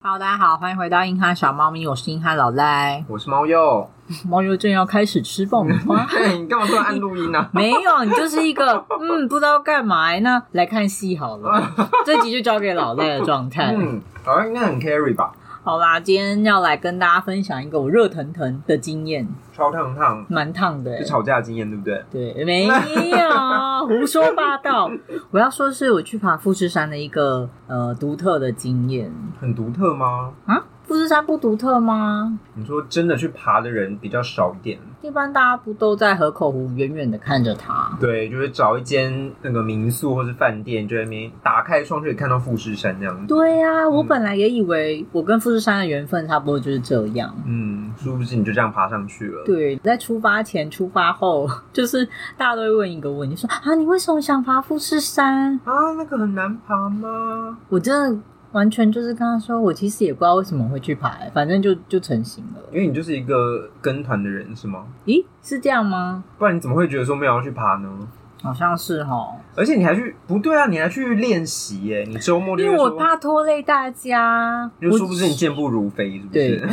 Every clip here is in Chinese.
Hello，大家好，欢迎回到硬汉小猫咪，我是硬汉老赖。我是猫鼬。猫又正要开始吃爆米 花，、哎，你干嘛突然按录音啊呢 没有，你就是一个嗯，不知道干嘛、欸。那来看戏好了， 这集就交给老赖的状态。嗯，好像应该很 carry 吧，好啦，今天要来跟大家分享一个我热腾腾的经验，超烫烫，蛮烫的、是欸。吵架的经验对不对？对，没有胡说八 道。我要说是我去爬富士山的一个呃独特的经验很独特吗？啊。富士山不独特吗？你说真的去爬的人比较少一点，一般大家不都在河口湖远远的看着它？对，就会找一间那个民宿或是饭店，就在那边打开窗就可以看到富士山那样子。对呀、嗯我本来也以为我跟富士山的缘分差不多就是这样。嗯，殊不知你就这样爬上去了。，对，在出发前、出发后，就是大家都会问一个问题，说啊，你为什么想爬富士山？啊，那个很难爬吗？我真的完全就是跟他说，我其实也不知道为什么会去爬、反正就就成型了。因为你就是一个跟团的人是吗？咦，是这样吗？不然你怎么会觉得说没有要去爬呢？好像是哦，而且你还去不对啊，你还去练习耶！你周末因练为我说怕拖累大家。就我殊不知你健步如飞，是不 对是？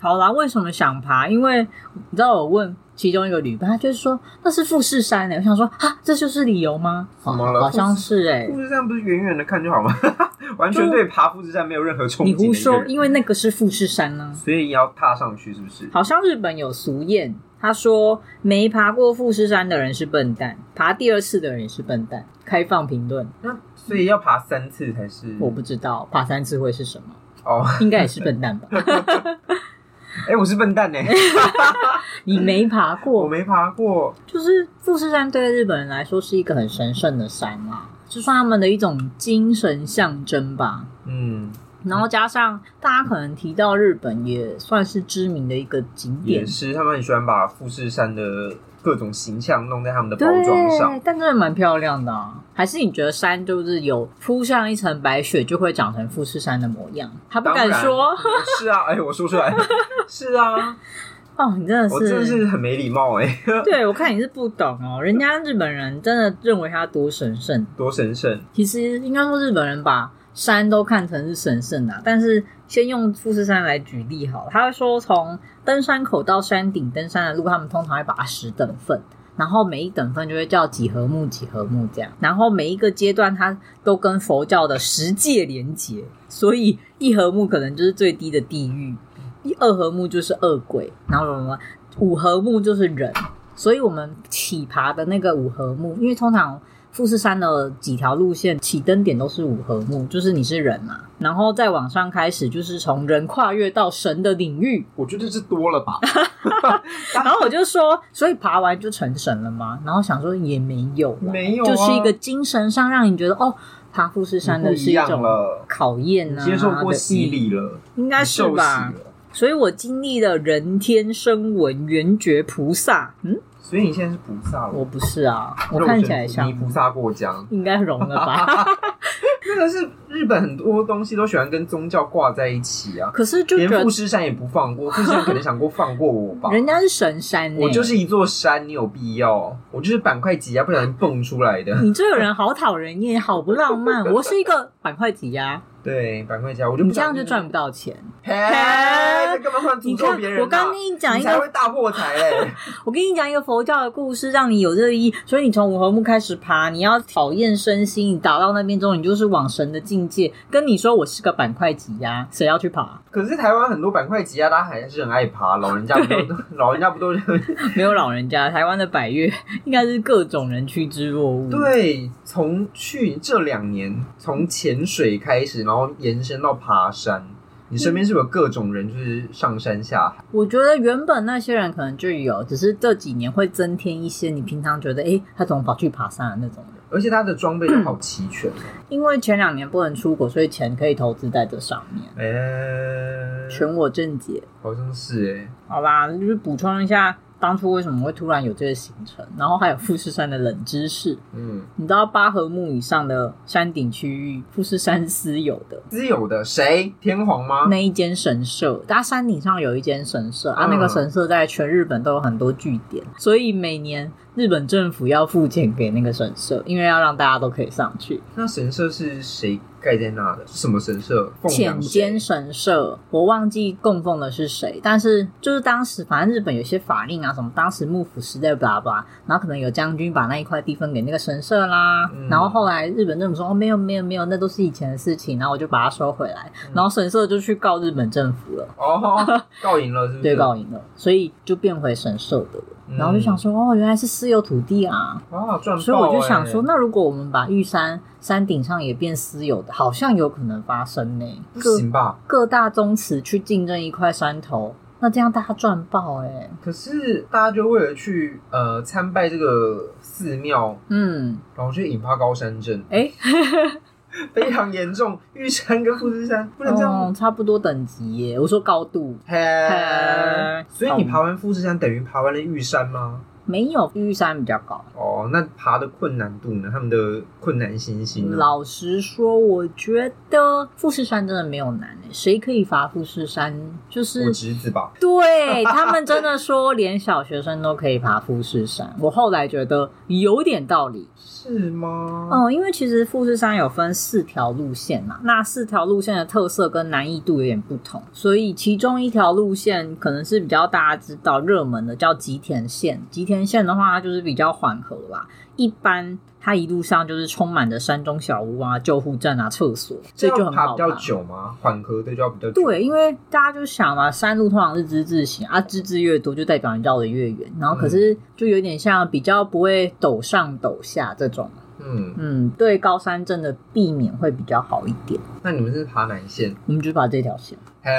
好啦，为什么想爬？因为你知道我问其中一个旅伴，他就是说那是富士山呢、我想说啊，这就是理由吗？怎么了好像是哎、富士山不是远远的看就好吗？ 完全就对爬富士山没有任何憧憬的你一个人。胡说，因为那个是富士山呢、所以要踏上去，是不是？好像日本有俗谚，他说没爬过富士山的人是笨蛋，爬第二次的人也是笨蛋。开放评论，那所以要爬三次才是。我不知道爬三次会是什么，哦，应该也是笨 蛋吧？哎、我是笨蛋 呢，你没爬我过，没爬过。就是富士山对日本人来说是一个很神圣的山啊，就算他们的一种精神象征吧。嗯，然后加上大家可能提到日本，也算是知名的一个景点也，是，他们很喜欢把富士山的各种形象弄在他们的包装上对，。但真的蛮漂亮的啊。还是你觉得山就是有铺上一层白雪，就会长成富士山的模样？他不当敢然说是啊，哎、我说出来， 是啊，哦，你真的我真的是，是很没礼貌哎， 对我看你是不懂哦。人家日本人真的认为它多神圣，多神圣。其实应该说日本人把山都看成是神圣的啊、但是先用富士山来举例好了，他会说从登山口到山顶登山的路，他们通常会把它十等份。然后每一等份就会叫几何木、几何木这样，然后每一个阶段它都跟佛教的十界连结，所以一合木可能就是最低的地狱，一二合木就是恶鬼，然后什么五合木就是人，所以我们起爬的那个五合木，因为通常富士山的几条路线起登点都是五合目，就是你是人嘛，然后再往上开始就是从人跨越到神的领域。我觉得这多了吧？然后我就说，所以爬完就成神了吗？然后想说也没有啦，没有、啊，就是一个精神上让你觉得哦，爬富士山的是你不一种样了考验啊，接受过的洗，礼了，应该是受洗吧？了。所以我经历了人天声闻圆觉菩萨，嗯，所以你现在是菩萨了，我不是啊，我肉看起身来菩像你菩萨过江。应该融了 吧？那个是日本很多东西都喜欢跟宗教挂在一起啊，可是就觉连得富士山也不 放过，富士山可能想过放过我吧。人家是神山、欸，我就是一座山，你有必要？我就是板块挤压不小心蹦出来 的。你这个人好讨人厌，好不浪漫。 我是一个板块挤压，对，板块挤啊压，我就不你这样就小赚心。不到钱。嘿，这干嘛突然你诅咒看别人、，啊？我刚跟你讲一你才个，会大破财嘞！ 我跟你讲一个佛教的故事，让你有这个意义。所以你从五合目开始爬，你要讨厌身心，你达到那边之后，你就是往神的境界。跟你说我是个板块挤压，谁要去爬？ 可是台湾很多板块挤压，大家还是很爱爬。老人家不都， 老人家不都没有老人家，台湾的百越应该是各种人趋之若嗯鹜。对，从去这两年，从潜水开始，然后延伸到爬山，你身边是不是有各种人，就是上山下海？我觉得原本那些人可能就有，只是这几年会增添一些你平常觉得，诶，他怎么跑去爬山的啊那种人。而且他的装备都好齐全。因为前两年不能出国，所以钱可以投资在这上面。哎、全我正解，好像是哎、好吧，就是补充一下当初为什么会突然有这个行程，然后还有富士山的冷知识。嗯，你知道八合目以上的山顶区域，富士山私有的私有的谁？天皇吗？那一间神社，它山顶上有一间神社，啊，嗯那个神社在全日本都有很多据点，所以每年日本政府要付钱给那个神社，因为要让大家都可以上去。那神社是谁盖在那的，是什么神社？凤浅阳神间神社，我忘记供奉的是谁，但是就是当时反正日本有些法令啊，什么当时幕府时代巴拉巴拉，然后可能有将军把那一块地分给那个神社啦，嗯然后后来日本政府说、哦、没有没有没有，那都是以前的事情，然后我就把它收回来，嗯然后神社就去告日本政府了，哦，告赢了是不是？对，告赢了，所以就变回神社的了。嗯然后就想说，哦，原来是私有土地啊，啊，赚爆欸、所以我就想说，那如果我们把玉山山顶上也变私有的，好像有可能发生呢、不各行吧？各大宗祠去竞争一块山头，那这样大家赚爆哎、可是大家就为了去呃参拜这个寺庙，嗯，然后去引发高山症，哎、 非常严重。玉山跟富士山不能这样哦，。差不多等级耶、我说高度嘿嘿所以你爬完富士山等于爬完了玉山吗？没有玉山比较高。哦，那爬的困难度呢？他们的困难星星呢？老实说，我觉得富士山真的没有难、欸，谁可以伐富士山？就是我侄子吧，对他们真的说，连小学生都可以爬富士山。我后来觉得有点道理，是吗？嗯，因为其实富士山有分四条路线嘛，那四条路线的特色跟难易度有点不同，所以其中一条路线可能是比较大家知道热门的，叫吉田线。吉田线的话，它就是比较缓和啦，一般它一路上就是充满着山中小屋啊、救护站啊、厕所，所以就这样很爬好比较久吗？缓和的就要比较久。对，，因为大家就想嘛，山路通常是之字形啊，之字越多就代表你绕的越远，然后嗯可是就有点像比较不会陡上陡下这种。嗯，嗯，对高山症的避免会比较好一点。那你们是爬哪一线？我们就把这条线嘿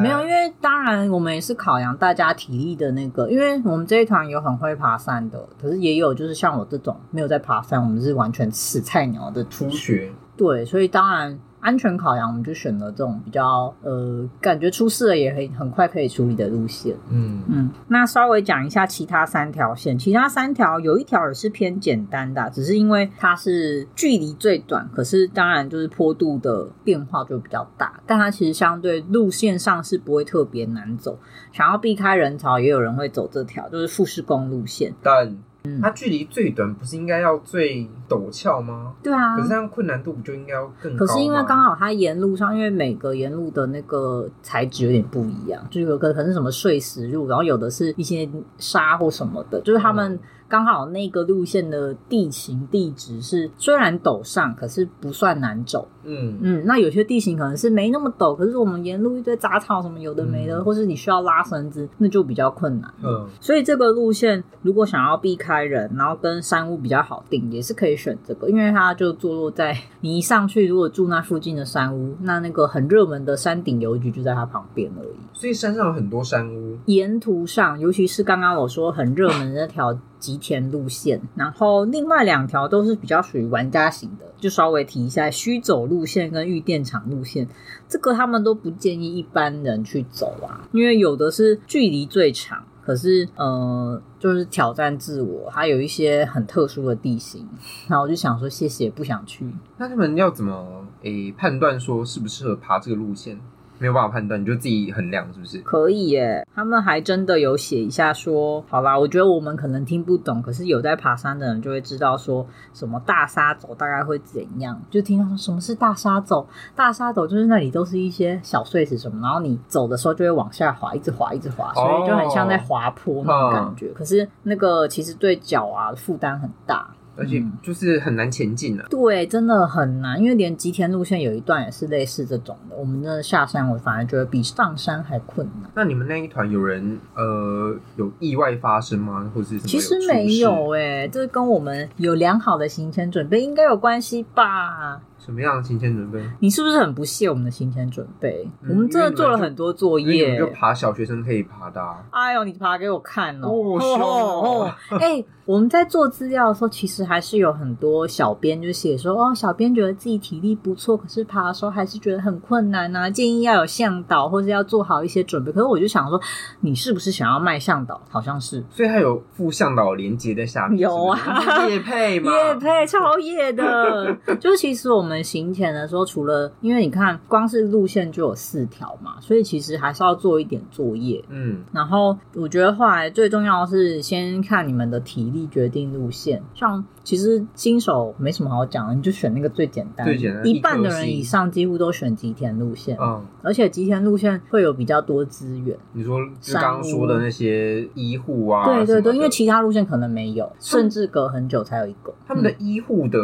没有，因为当然我们也是考量大家体力的那个，因为我们这一团有很会爬山的，可是也有就是像我这种没有在爬山，我们是完全死菜鸟的初出学，对，所以当然安全考量，我们就选了这种比较呃感觉出事了也很很快可以处理的路线。嗯嗯，那稍微讲一下其他三条线，其他三条有一条也是偏简单的啊，只是因为它是距离最短，可是当然就是坡度的变化就比较大，但它其实相对路线上是不会特别难走，想要避开人潮，也有人会走这条，就是富士宫路线。但嗯它距离最短不是应该要最陡峭吗？对啊可是这样困难度不就应该要更高可吗？是因为刚好它沿路上，因为每个沿路的那个材质有点不一样，就有个可能是什么碎石路，然后有的是一些沙或什么的，就是他们嗯刚好那个路线的地形地质是虽然陡上，可是不算难走。嗯嗯，那有些地形可能是没那么陡，可是我们沿路一堆杂草什么有的没的，嗯或是你需要拉绳子，那就比较困难。嗯所以这个路线如果想要避开人，然后跟山屋比较好定，也是可以选这个，因为它就坐落在你一上去，如果住那附近的山屋，那那个很热门的山顶邮局就在它旁边而已。所以山上有很多山屋，沿途上，尤其是刚刚我说很热门的那条吉田路线，然后另外两条都是比较属于玩家型的，就稍微提一下虚走路线跟御电场路线，这个他们都不建议一般人去走啊，因为有的是距离最长。可是，呃，就是挑战自我，还有一些很特殊的地形，然后我就想说，谢谢，不想去。那他们要怎么诶、判断说适不适合爬这个路线？没有办法判断，你就自己衡量是不是？可以耶，他们还真的有写一下说，好啦，我觉得我们可能听不懂，可是有在爬山的人就会知道说什么大沙走大概会怎样，就听到说什么是大沙走，大沙走就是那里都是一些小碎石什么，然后你走的时候就会往下滑，一直滑，一直滑，所以就很像在滑坡那种感觉。可是那个其实对脚啊负担很大，而且就是很难前进啊。对，真的很难，因为连吉田路线有一段也是类似这种的，我们真的下山我反而觉得比上山还困难。那你们那一团有人呃有意外发生吗？或是什么？其实没有，诶、这跟我们有良好的行前准备应该有关系吧？什么样的行前准备？你是不是很不屑我们的行前准备？嗯我们真的做了很多作因为你们业就。爬小学生可以爬的、啊，哎呦，你爬给我看哦！哦凶哦！哎、我们在做资料的时候，其实还是有很多小编就写说，哦，小编觉得自己体力不错，可是爬的时候还是觉得很困难啊，建议要有向导或者要做好一些准备。可是我就想说，你是不是想要卖向导？好像是，所以它有副向导连接在下面。有啊 是不是，叶配嘛， 夜配超夜的，就是其实我们们行前的时候，除了因为你看，光是路线就有四条嘛，所以其实还是要做一点作业。嗯，然后我觉得后来最重要的是先看你们的体力决定路线。像其实新手没什么好讲的，你就选那个最简单的，最简单一半的一颗人星以上几乎都选吉田路线，嗯，而且吉田路线会有比较多资源。你说就刚刚说的那些医护啊，对什对么对，的因为其他路线可能没有，甚至隔很久才有一个。他们的嗯医护的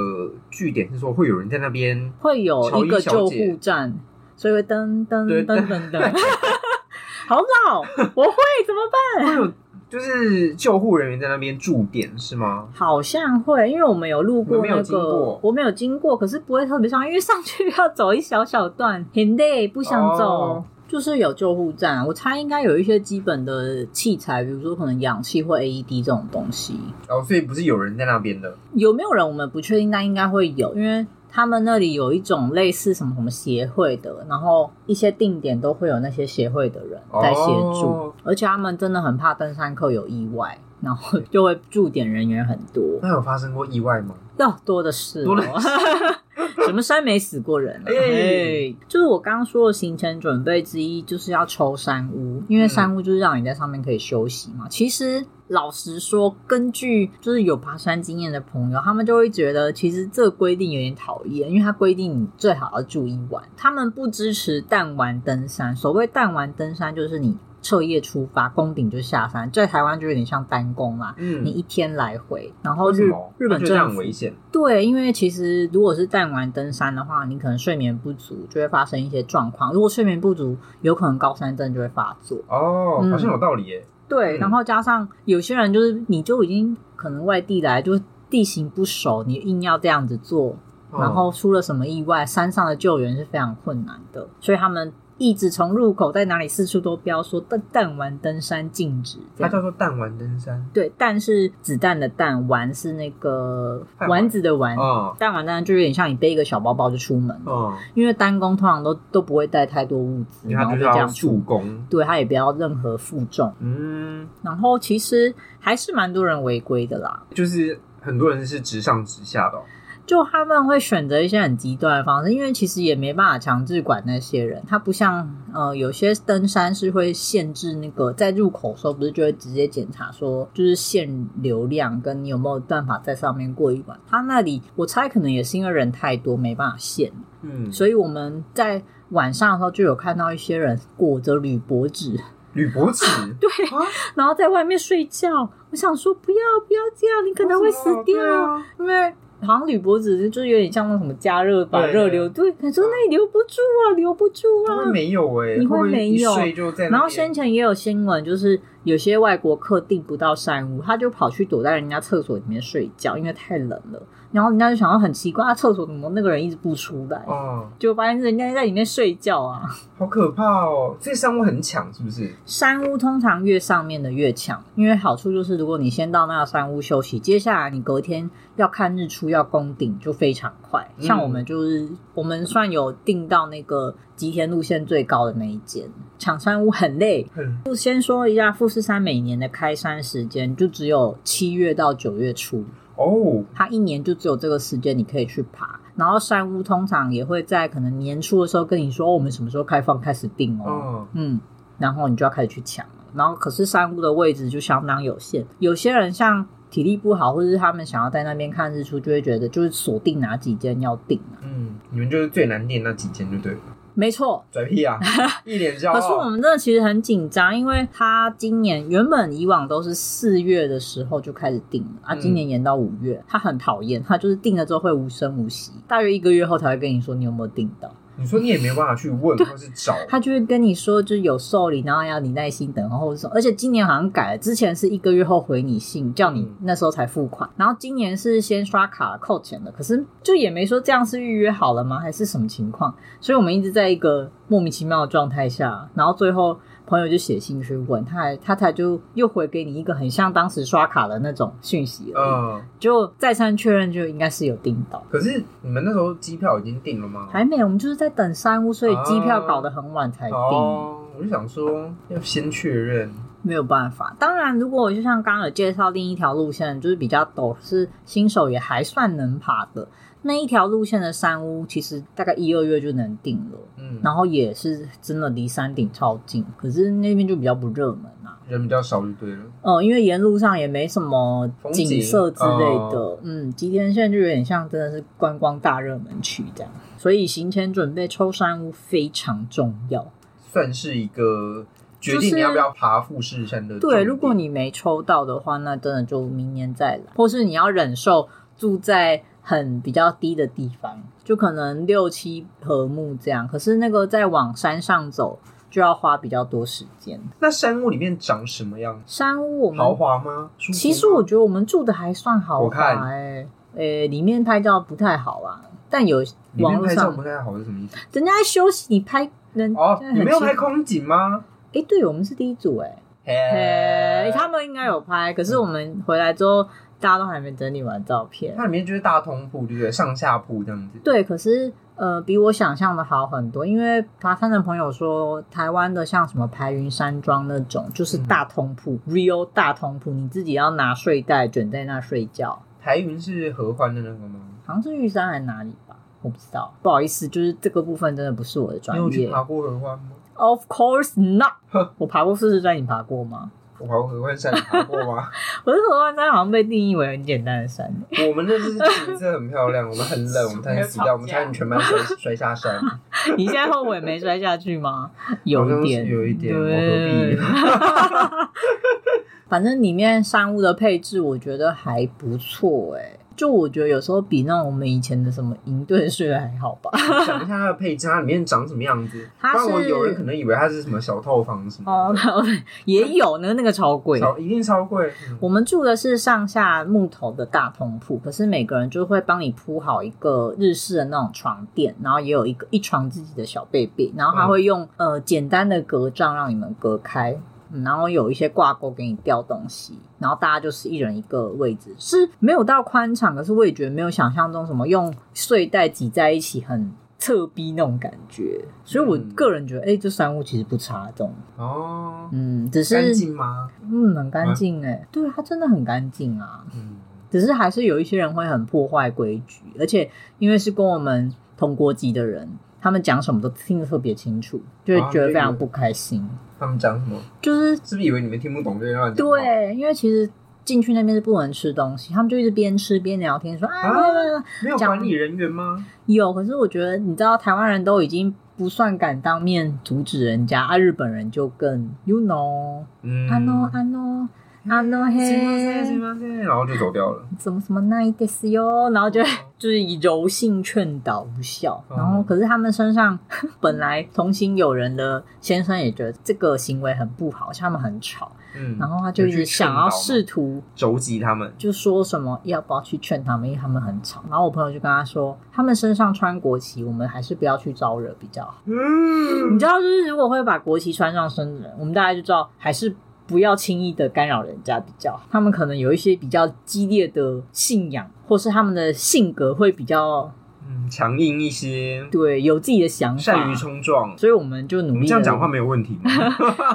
据点是说会有人在那边，会有一个乔救伊小姐护站，所以会噔噔对噔噔噔。 好老，我会怎么办？ 会有就是救护人员在那边驻点是吗？好像会，因为我们有路我过没有那经个过，我没有经过，可是不会特别上，因为上去要走一小小段，很累，不想走哦。就是有救护站，我猜应该有一些基本的器材，比如说可能氧气或 AED 这种东西。哦，所以不是有人在那边的，有没有人我们不确定，但应该会有，因为他们那里有一种类似什么什么协会的，然后一些定点都会有那些协会的人在协助，哦而且他们真的很怕登山客有意外，然后就会驻点人员很多，那有发生过意外吗？要多的是、哦，多的 什么山没死过人、啊？哎哎，就是我刚刚说的行前准备之一，就是要抽山屋，因为山屋就是让你在上面可以休息嘛。其实老实说，根据就是有爬山经验的朋友，他们就会觉得其实这个规定有点讨厌，因为它规定你最好要住一晚。他们不支持弹丸登山，所谓弹丸登山就是你。彻夜出发，攻顶就下山，在台湾就有点像单攻啦。嗯，你一天来回，然后为什日么啊日本他觉得这样政很府危险？对，因为其实如果是弹丸登山的话，你可能睡眠不足就会发生一些状况。如果睡眠不足，有可能高山症就会发作。哦，嗯好像有道理耶。对，嗯然后加上有些人就是你就已经可能外地来，就是地形不熟，你硬要这样子做，嗯然后出了什么意外，山上的救援是非常困难的，所以他们。一直从入口在哪里四处都标说弹弹丸登山禁止，这样它叫做弹丸登山。对，蛋是子弹的蛋，丸是那个饭丸丸子的丸，嗯弹丸当然就有点像你背一个小包包就出门了，嗯，因为单工通常都都不会带太多物资，因为然它后就就是这要样助出。攻。对他也不要任何负重，嗯，然后其实还是蛮多人违规的啦。就是很多人是直上直下的哦、就他们会选择一些很极端的方式，因为其实也没办法强制管那些人。他不像呃有些登山是会限制那个在入口的时候，不是就会直接检查说就是限流量跟你有没有办法在上面过一晚。他那里我猜可能也是因为人太多没办法限，嗯，所以我们在晚上的时候就有看到一些人裹着铝箔纸，铝箔纸 对，啊，然后在外面睡觉。我想说不要不要这样，你可能会死掉，对啊因为。好像铝箔纸就是有点像那什么加热吧，对热流对，你说那里留不住啊，留不住会不会啊。没有哎、你会不会没有一睡就在那边然后先前也有新闻，就是有些外国客订不到山屋，他就跑去躲在人家厕所里面睡觉，因为太冷了。然后人家就想到很奇怪，啊，厕所怎么那个人一直不出来？哦，结果发现人家在里面睡觉啊。好可怕哦！这山屋很抢，是不是？山屋通常越上面的越强，因为好处就是，如果你先到那个山屋休息，接下来你隔天要看日出、要攻顶就非常快。嗯像我们就是，我们算有定到那个吉田路线最高的那一间。抢山屋很累，很就先说一下富士山每年的开山时间，就只有七月到九月初。哦，它一年就只有这个时间你可以去爬。然后山屋通常也会在可能年初的时候跟你说，哦我们什么时候开放开始定哦。嗯，嗯，然后你就要开始去抢了。然后可是山屋的位置就相当有限，有些人像体力不好，或者是他们想要在那边看日出，就会觉得就是锁定哪几间要定啊。嗯，你们就是最难念那几间就对了，没错。拽 屁啊，一脸骄傲。可是我们真的其实很紧张，因为他今年原本以往都是四月的时候就开始定了啊，嗯今年延到五月，他很讨厌，他就是定了之后会无声无息，大约一个月后才会跟你说你有没有定到，你说你也没办法去问或是找，他就会跟你说就是有受理，然后要你耐心等候或者什么。而且今年好像改了，之前是一个月后回你信，叫你嗯那时候才付款，然后今年是先刷卡扣钱的，可是就也没说这样是预约好了吗，还是什么情况？所以我们一直在一个莫名其妙的状态下，然后最后。朋友就写信去问，他还他才就又回给你一个很像当时刷卡的那种讯息而已，嗯，就再三确认就应该是有订到，可是你们那时候机票已经订了吗？还没，我们就是在等三屋，所以机票哦搞得很晚才订。哦，我就想说要先确认，没有办法。当然，如果就像刚刚有介绍另一条路线，就是比较陡，是新手也还算能爬的那一条路线的山屋，其实大概一二月就能定了，嗯，然后也是真的离山顶超近，可是那边就比较不热门啊。人比较少就对了。嗯，因为沿路上也没什么风景景色之类的，哦嗯，吉田县就有点像真的是观光大热门区这样，所以行前准备抽山屋非常重要。算是一个决就是定你要不要爬富士山的重对，点如果你没抽到的话，那真的就明年再来，或是你要忍受住在很比较低的地方，就可能六七和木这样。可是那个再往山上走，就要花比较多时间。那山屋里面长什么样？山屋我们豪华吗？舒服吗其实我觉得我们住的还算豪我看华、欸，诶、里面拍照不太好啊，但有里网面络拍照上不太好是什么意思？人家在休息，你拍人 哦，你没有拍哎空景吗？、诶对我们是第一组哎、嘿诶，他们应该有拍，可是嗯我们回来之后，大家都还没整理完照片。它里面就是大通铺，对不对？上下铺这样子。对，可是呃，比我想象的好很多，因为爬山的朋友说，台湾的像什么排云山庄那种，就是嗯大通铺、real 大通铺，你自己要拿睡袋卷在那睡觉，台云是合欢的那个吗？好像是玉山还是哪里吧。我不知道，不好意思，就是这个部分真的不是我的你专有去业。爬过合欢吗？ Of course not 呵。我爬过富士山，你爬过吗？我爬过合欢山，你爬过 吗？我是合欢山，好像被定义为很简单的山。 我们那次景色很漂亮，我们很冷，我们差点死掉，我们差点全班摔摔下山，你现在后悔没摔下去吗？好像有一是点， 有一点，我对何必？反正里面山屋的配置，我觉得还不错哎、就我觉得有时候比那种我们以前的什么营队睡得还好吧。 想一下它的配置，它里面长什么样子？不它是然我有人可能以为它是什么小套房什么哦，的， 也有那个那个超贵。超一定超贵。嗯我们住的是上下木头的大通铺，可是每个人就会帮你铺好一个日式的那种床垫，然后也有一个一床自己的小被被，然后还会用、呃简单的隔障让你们隔开。嗯然后有一些挂钩给你吊东西，然后大家就是一人一个位置，是没有到宽敞，可是我也觉得没有想象中什么用睡袋挤在一起很侧逼那种感觉，所以我嗯个人觉得，哎、这山屋其实不差，这种，哦，嗯，只是干净吗？嗯，很啊干净哎，对，它真的很干净啊。嗯，只是还是有一些人会很破坏规矩，而且因为是跟我们同国籍的人，他们讲什么都听得特别清楚，就啊会觉得非常不开心。他们讲什么？就是是不是以为你们听不懂就乱讲话？对，因为其实进去那边是不能吃东西，他们就一直边吃边聊天，说啊，啊来来来没有管理人员吗？有。可是我觉得，你知道台湾人都已经不算敢当面阻止人家，啊，日本人就更，you know，嗯，啊 no 啊 no 啊 no 嘿。行吗？行吗？然后就走掉了。怎么什么那一点是哟，然后就会 就是以柔性劝导无效。嗯然后可是他们身上 本来同行友人的先生也觉得这个行为很不好，像他们很吵，嗯，然后他就一直想要试图肘击他们。就说什么要不要去劝他们，因为他们很吵。然后我朋友就跟他说，他们身上穿国旗，我们还是不要去招惹比较好。嗯你知道，就是如果会把国旗穿上身的人，我们大家就知道还是不要轻易的干扰人家比较好。他们可能有一些比较激烈的信仰，或是他们的性格会比较嗯，强硬一些，对有自己的想法，善于冲撞。所以我们就努我力。们这样讲话，没有问题吗？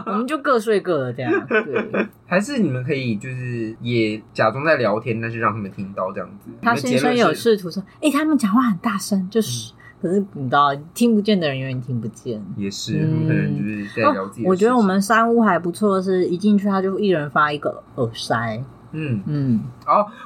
我们就各睡各的这样。对，还是你们可以就是也假装在聊天，但是让他们听到这样子。他你先们结嗯生论有是试图说：“哎、他们讲话很大声，就是。可是你知道，听不见的人永远听不见。也是，嗯他们可能就是在聊自己的事情、我觉得我们山屋还不错，是一进去他就一人发一个耳塞，嗯，嗯，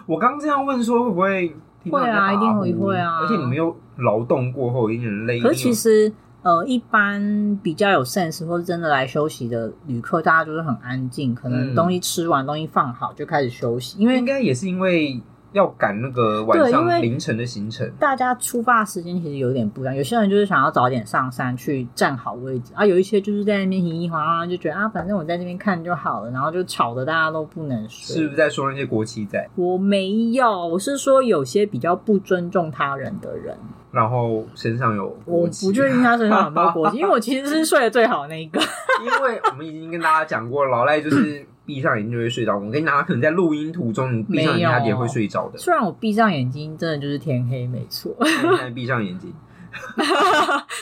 我刚刚这样问说会不会听到人家会啊打一定呼会会啊而且你们又劳动过后，一定很累。可是一定其有实，呃，一般比较有 sense 或是真的来休息的旅客，大家就是很安静，可能嗯东西吃完、东西放好就开始休息，因为应该也是因为要赶那个晚对因为上凌晨的行程，大家出发时间其实有点不一样。有些人就是想要早点上山去站好位置，啊，有一些就是在那边嘻嘻哈哈，就觉得啊，反正我在这边看就好了，然后就吵得大家都不能睡。是不是在说那些国旗仔，我没有，我是说有些比较不尊重他人的人，然后身上有我国旗？不确定他身上有没有国籍，因为我其实是睡得最好的那一个。 因为我们已经跟大家讲过，老赖就是闭上眼睛就会睡着。我跟你讲，他可能在录音途中，你闭上眼睛没有他也会睡着的。 虽然我闭上眼睛，真的就是天黑，没错。现在闭上眼睛，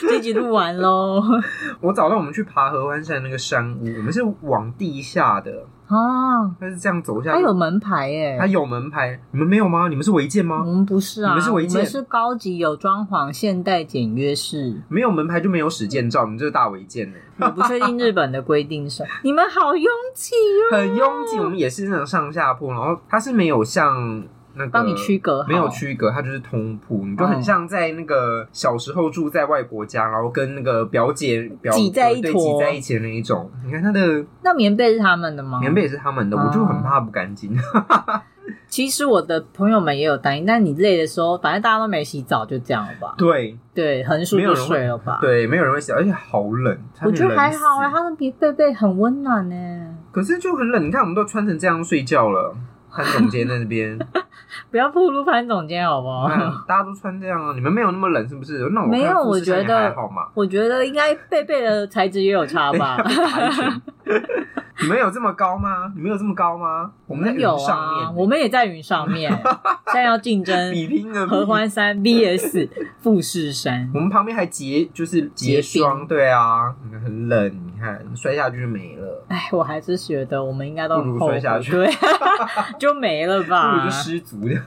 这集录完 喽。我找到我们去爬合欢山那个山屋，我们是往地下的，哦，它是这样走下它去，有门牌耶、它有门牌，你们没有吗？你们是违建我吗？们不是啊，你们是违我建们是高级有装潢、现代简约式。没有门牌就没有史建照，你们就是大违建欸呢。我不确定日本的规定 是，你们好拥挤哦，很拥挤，我们也是那种上下铺，然后它是没有像那个帮你区隔好呃嗯没有区隔，它就是通铺，你就很像在那个小时候住在外婆家，然后跟那个表姐表挤在一对坨挤在一起的那一种。你看它的那棉被是他们的吗？棉被也是他们的，哦我就很怕不干净。 其实我的朋友们也有担心，但你累的时候，反正大家都没洗澡，就这样了吧。对对，横竖没就有人会睡了吧。对，没有人会洗，而且好冷，差我点觉得还冷死好啊，他的棉被被很温暖呢、可是就很冷。你看，我们都穿成这样睡觉了。潘总监在那边，不要暴露潘总监好不好？啊大家都穿这样啊，你们没有那么冷是不是？那我看没有富我士山觉得也还好嘛。我觉得应该贝贝的材质也有差吧。 打一拳你们有这么高吗？你们有这么高吗？我们在云有上面啊，呢，我们也在云上 面，现在要竞争比拼的合欢山 VS 富士山我。们旁边还结就是结结霜，对啊，你看很冷，你看摔下去就没了，哎，我还是觉得我们应该都不很如后悔，摔下去对， 就没了不吧如就。失足的。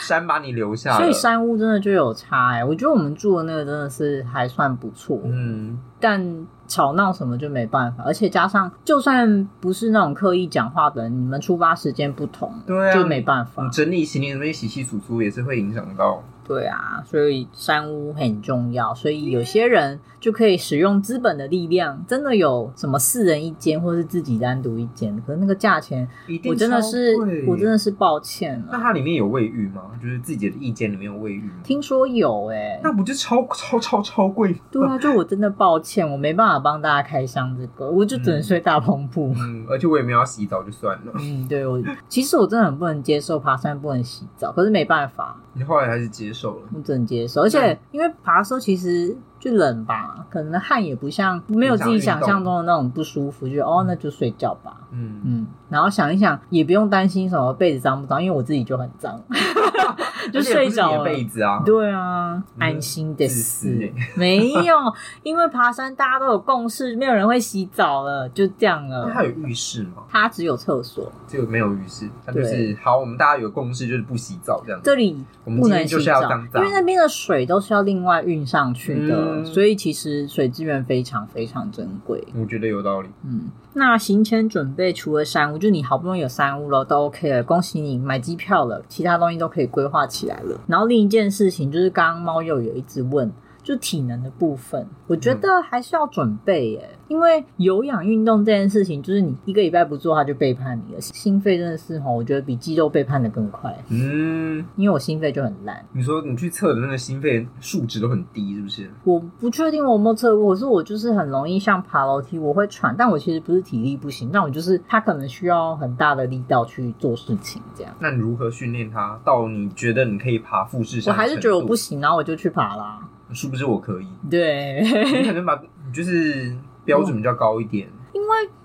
山把你留下所了以，山屋真的就有差哎、我觉得我们住的那个真的是还算不错，嗯，但吵闹什么就没办法，而且加上就算不是那种刻意讲话的人，你们出发时间不同，对啊就没办法你，整理行李那边洗洗簌簌也是会影响到。对啊，所以山屋很重要，所以有些人就可以使用资本的力量，真的有什么四人一间或是自己单独一间，可是那个价钱，一定我真的是超贵我真的是抱歉啊那了。它里面有卫浴吗？就是自己的意见里面有卫浴吗？听说有哎、那不就超超超超贵？对啊，就我真的抱歉，我没办法帮大家开箱这个，我就只能睡大篷铺。嗯，而且我也没有要洗澡，就算了。嗯，对我其实我真的很不能接受爬山不能洗澡，可是没办法，你后来还是接受了。我只能接受。而且因为爬的时候其实就冷吧，可能汗也不像没有自己想象中的那种不舒服，就哦那就睡觉吧。嗯，嗯，然后想一想，也不用担心什么被子脏不脏，因为我自己就很 脏，就睡着了而且也不是你的。被子啊，对啊，你安心的自私死欸。没有，因为爬山大家都有共识，没有人会洗澡了，就这样了那。它有浴室吗？它只有厕所，就没有浴室，它就是对好，我们大家有共识，就是不洗澡这样。这里我们不今能天洗就是澡要当，因脏为，那边的水都是要另外运上去的，嗯所以其实水资源非常非常珍贵。我觉得有道理。嗯，那行前准备除了山屋，就你好不容易有山屋了，都 OK 了，恭喜你买机票了，其他东西都可以规划起来了。然后另一件事情就是，刚刚猫又有一直问。就体能的部分，我嗯觉得还是要准备耶，因为有氧运动这件事情，就是你一个礼拜不做，它就背叛你了。心肺真的是哈，我觉得比肌肉背叛的更快，嗯，因为我心肺就很烂。你说你去测的那个心肺数值都很低，是不是？我不确定我有没有测过，可是我就是很容易像爬楼梯，我会喘，但我其实不是体力不行，但我就是它可能需要很大的力道去做事情，这样。那你如何训练它到你觉得你可以爬富士我山？还是觉得我不，行，然后我就去爬啦。是不是 我可以？对，你可能把就是标准比较高一点。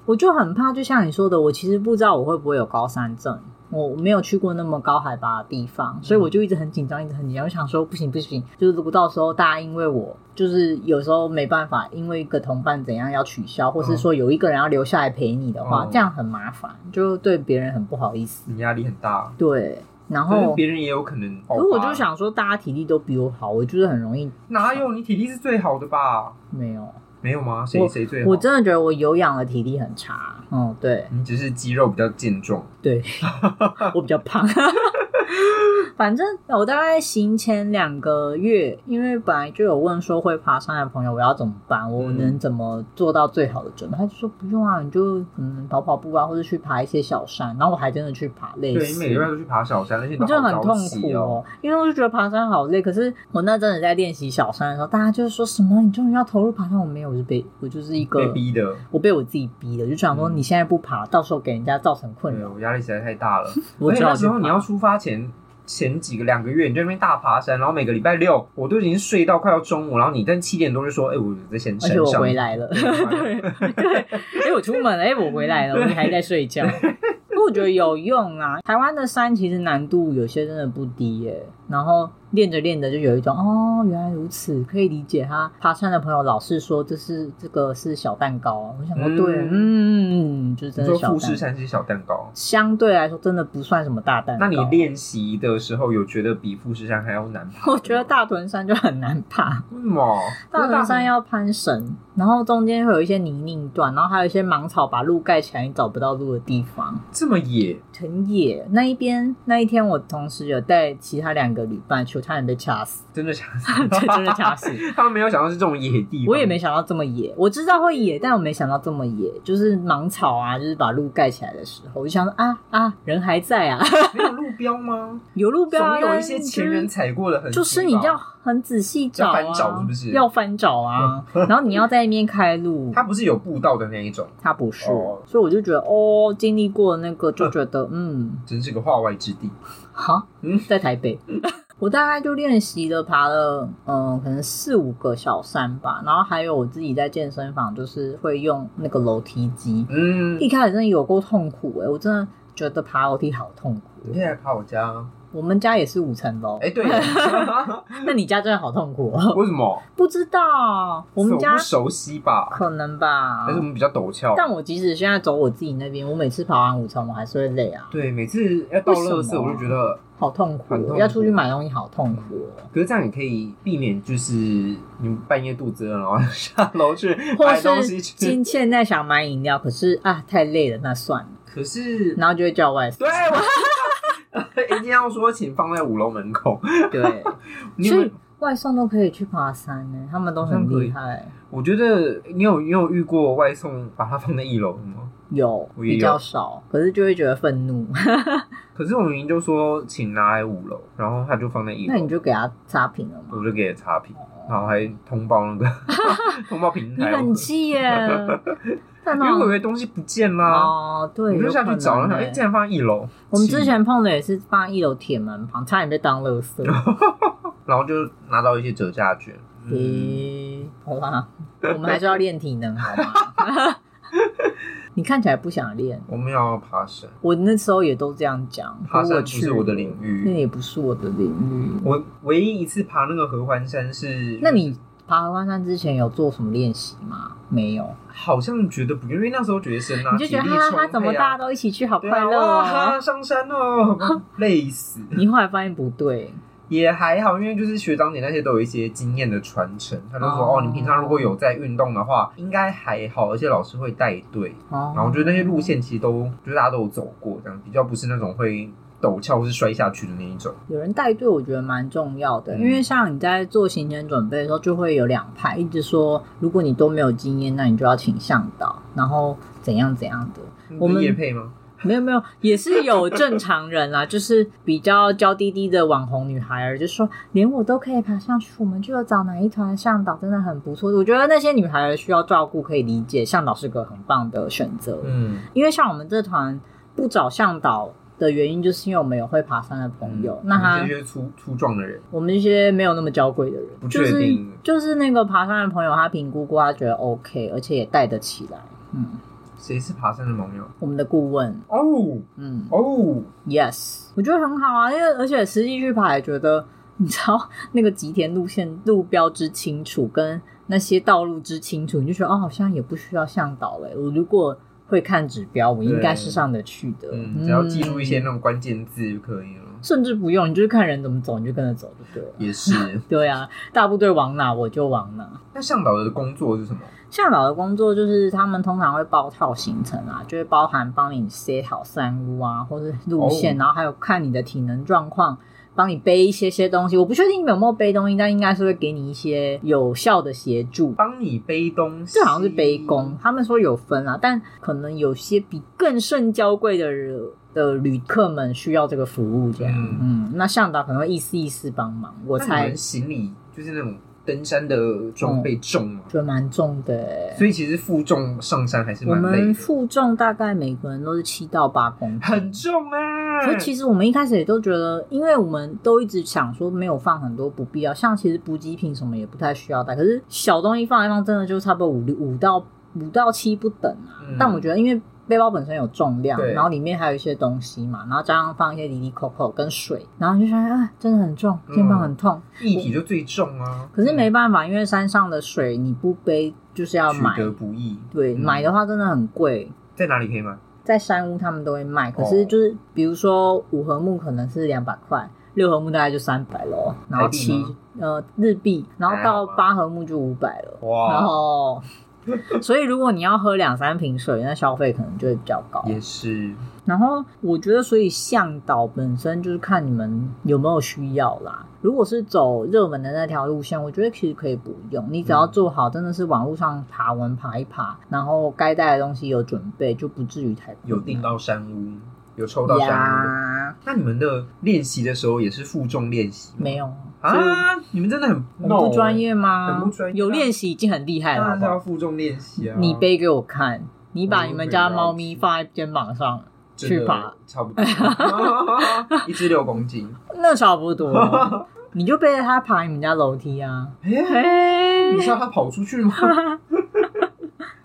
我就很怕，就像你说的，我其实不知道我会不会有高山症，我没有去过那么高海拔的地方，所以我就一直很紧张，一直很紧张，我想说不行不行，就是如果到时候大家因为我就是有时候没办法，因为一个同伴怎样要取消，或是说有一个人要留下来陪你的话，嗯这样很麻烦，就对别人很不好意思。你压力很大，对，然可是后。别人也有可能爆可发。是我就想说，大家体力都比我好，我就是很容易哪有你体力是最好的吧？没有。没有吗？谁谁最好？我真的觉得我有氧的体力很差。嗯，对。你只是肌肉比较健壮，对，我比较胖。 反正我大概行前两个月，因为本来就有问说会爬山的朋友，我要怎么办？我嗯能怎么做到最好的准备？他就说不用啊，你就嗯跑跑步啊，或者去爬一些小山。然后我还真的去爬，累对你死每个。月都去爬小山，而且你我都真的很好痛早苦起哦哦。，因为我就觉得爬山好累。可是我那阵子在练习小山的时候，大家就说什么你终于要投入爬山，我没有，我就被我就是一个被逼的，我被我自己逼的，就想说嗯你现在不爬，到时候给人家造成困对扰。我压力实在太大了。 我而且只好那时候去爬你要出发前前几个两个月，你在那边大爬山，然后每个礼拜六我都已经睡到快要中午，然后你但七点多就说，哎，我在先而山且我上，回来了，对 对，哎，我出门了，哎，我回来了，我还在睡觉。不过我觉得有用啊，台湾的山其实难度有些真的不低耶、然后练着练着就有一种哦，原来如此，可以理解他爬山的朋友老是说这是这个是小蛋糕，啊我想说嗯对，嗯，就是你真的说小蛋富士糕，山是小蛋糕，相对来说真的不算什么大蛋糕。那你练习的时候有觉得比富士山还要难爬的吗？ 我觉得大屯山就很难爬，为什么？大可屯是大山要攀绳，然后中间会有一些泥泞段，然后还有一些芒草把路盖起来，你找不到路的地方。这么野，很野那一边那一天，我同时有带其他两个旅伴去，我差点被掐 死，真的假 这的？真的掐 死。他们没有想到是这种野地方，我也没想到这么野，我知道会野，但我没想到这么野。就是芒草啊，就是把路盖起来的时候，我就想说啊啊，人还在啊， 没有路标吗？有路标、啊，总有一些前人踩过的痕迹吧，就是你要很仔细找、啊，要翻找是不是要翻找 啊，然后你要在那边开路，它不是有步道的那一种，它不是，哦所以我就觉得哦，经历过那个就觉 得嗯，真是个化外之地。好，嗯在台 北。我大概就练习了爬了，嗯，可能四五个小山吧，然后还有我自己在健身房，就是会用那个楼梯机，嗯，一开始真的有够痛苦哎、我真的觉得爬楼梯好痛你苦。欸可以来爬我家啊。我们家也是五层楼，哎，对， 那你家真的好痛苦哦。为什么？不知道我们是家不熟悉吧？可能吧还，是我们比较陡峭？但我即使现在走我自己那边，我每次爬完五层我还是会累啊，对，每次要到垃为什圾，么我就觉得，好痛苦哦、很痛苦要出去买东西好痛苦哦、可是这样也可以避免，就是你半夜肚子饿，然后下楼去 或买东是西今吃。现在想买饮料，可是啊太累了，那算了，可是，然后就会叫外送 对。我 一定要说，请放在五楼门口。对，你有所没有以外送都可以去爬山呢、他们都很厉害。我觉得你有你有遇过外送把它放在一楼的吗？有我也有比较少，可是就会觉得愤怒。 可是我明明就说请拿来五楼，然后他就放在一楼，那你就给他差评了嘛？我就给他差评，然后还通报 那个通报平你台，很气 耶！但因为我以哦，为东西不见啦，哦，我对，就下去找，有然可能后哎，耶竟然放在一楼，我们气之前碰的也是放一楼铁门旁，差点被当垃圾。 然后就拿到一些折价券。嗯，咦，好吧，我们还是要练体能，好吗？ 你看起来不想练，我们要爬山，我那时候也都这样讲。爬山我不去是我的领那域。也不是我的领域。我唯一一次爬那个合欢山是，那你爬合欢山之前有做什么练习吗？没有，好像觉得不，因为那时候学生啊，你就觉得啊体力哈充沛哈，啊怎么大家都一起去，好对快啊，乐 哇哦！哈，上山哦， 累死。你后来发现不对，也还好，因为就是学长姐那些都有一些经验的传承，他就说哦哦你平常如果有在运动的话，应该还好，而且老师会带队。哦，啊然后我觉得那些路线其实都，就是大家都有走过，这样比较不是那种会陡峭或是摔下去的那一种。有人带队，我觉得蛮重要的，嗯因为像你在做行前准备的时候，就会有两派，一直说如果你都没有经验，那你就要请向导，然后怎样怎样的。我们也配吗？ 没有没有，也是有正常人 啦，就是比较娇滴滴的网红女孩儿，就说连我都可以爬上去，我们就有找哪一团向导，真的很不错。我觉得那些女孩儿需要照顾，可以理解，向导是个很棒的选择。嗯，因为像我们这团不找向导的原因，就是因为我们有会爬山的朋友，那他嗯这些粗粗壮的人，我们这些没有那么娇贵的人，不就确是定就是那个爬山的朋友，他评估过，他觉得 OK，而且也带得起来。嗯，谁是爬山的盟友？我们的顾问，哦嗯哦， ，Yes，我觉得很好啊，因为而且实际去爬也觉得，你知道那个吉田路线路标之清楚，跟那些道路之清楚，你就觉得哦，好像也不需要向导了。我如果会看指标，我应该是上得去的。嗯，只要记住一些那种关键字就可以了。甚至不用，你就是看人怎么走，你就跟着走就对了。也是，对啊，大部队往哪我就往哪。那向导的工作是什么？向导的工作就是他们通常会包套行程啊，就会包含帮你塞好山屋啊，或是路线，哦然后还有看你的体能状况，帮你背一些些东西。我不确定你有没有背东西，但应该是会给你一些有效的协助。帮你背东西，这好像是背弓，他们说有分啊，但可能有些比更胜娇贵的人的旅客们需要这个服务，这样。嗯嗯，那向导可能会一丝一丝帮忙，我那你猜们行李就是那种登山的装备重嘛，觉得蛮重的、欸。所以其实负重上山还是我蛮累们的，负重大概每个人都是七到八公斤，很重啊。所以其实我们一开始也都觉得，因为我们都一直想说没有放很多不必要，像其实补给品什么也不太需要带，可是小东西放一放，真的就差不多五六五到五到七不等啊。嗯但我觉得，因为背包本身有重量，对然后里面还有一些东西嘛，然后加上放一些里里口口跟水，然后你就发现啊，真的很重，嗯肩膀很痛。液体就最重啊。可是没办法，因为山上的水你不背就是要取买，得不易，对，嗯买的话真的很贵。在哪里可以买？在山屋他们都会卖，可哦是就是比如说五合木可能是两百块，六合木大概就三百咯，然后台币七吗呃日币，然后还到好吧哦八合木就五百了，然哇，后 所以如果你要喝两三瓶水，那消费可能就会比较高。也是，然后我觉得，所以向导本身就是看你们有没有需要啦。如果是走热门的那条路线，我觉得其实可以不用，你只嗯要做好真的是网络上爬文爬一爬，然后该带的东西有准备，就不至于太困有难订到山屋，有抽到山屋的。呀，那你们的练习的时候也是负重练习吗？没有所以啊，你们真的很我们不专，业吗？很不专业啊有练习已经很厉害当了，好然不是要好？负重练习啊。你背给我看，你把我你们家猫咪背不了放在肩膀上，真的去吧差不多 一只六公斤。那差不多，你就背着它爬你们家楼梯啊。 哎，嘿你知道它跑出去吗？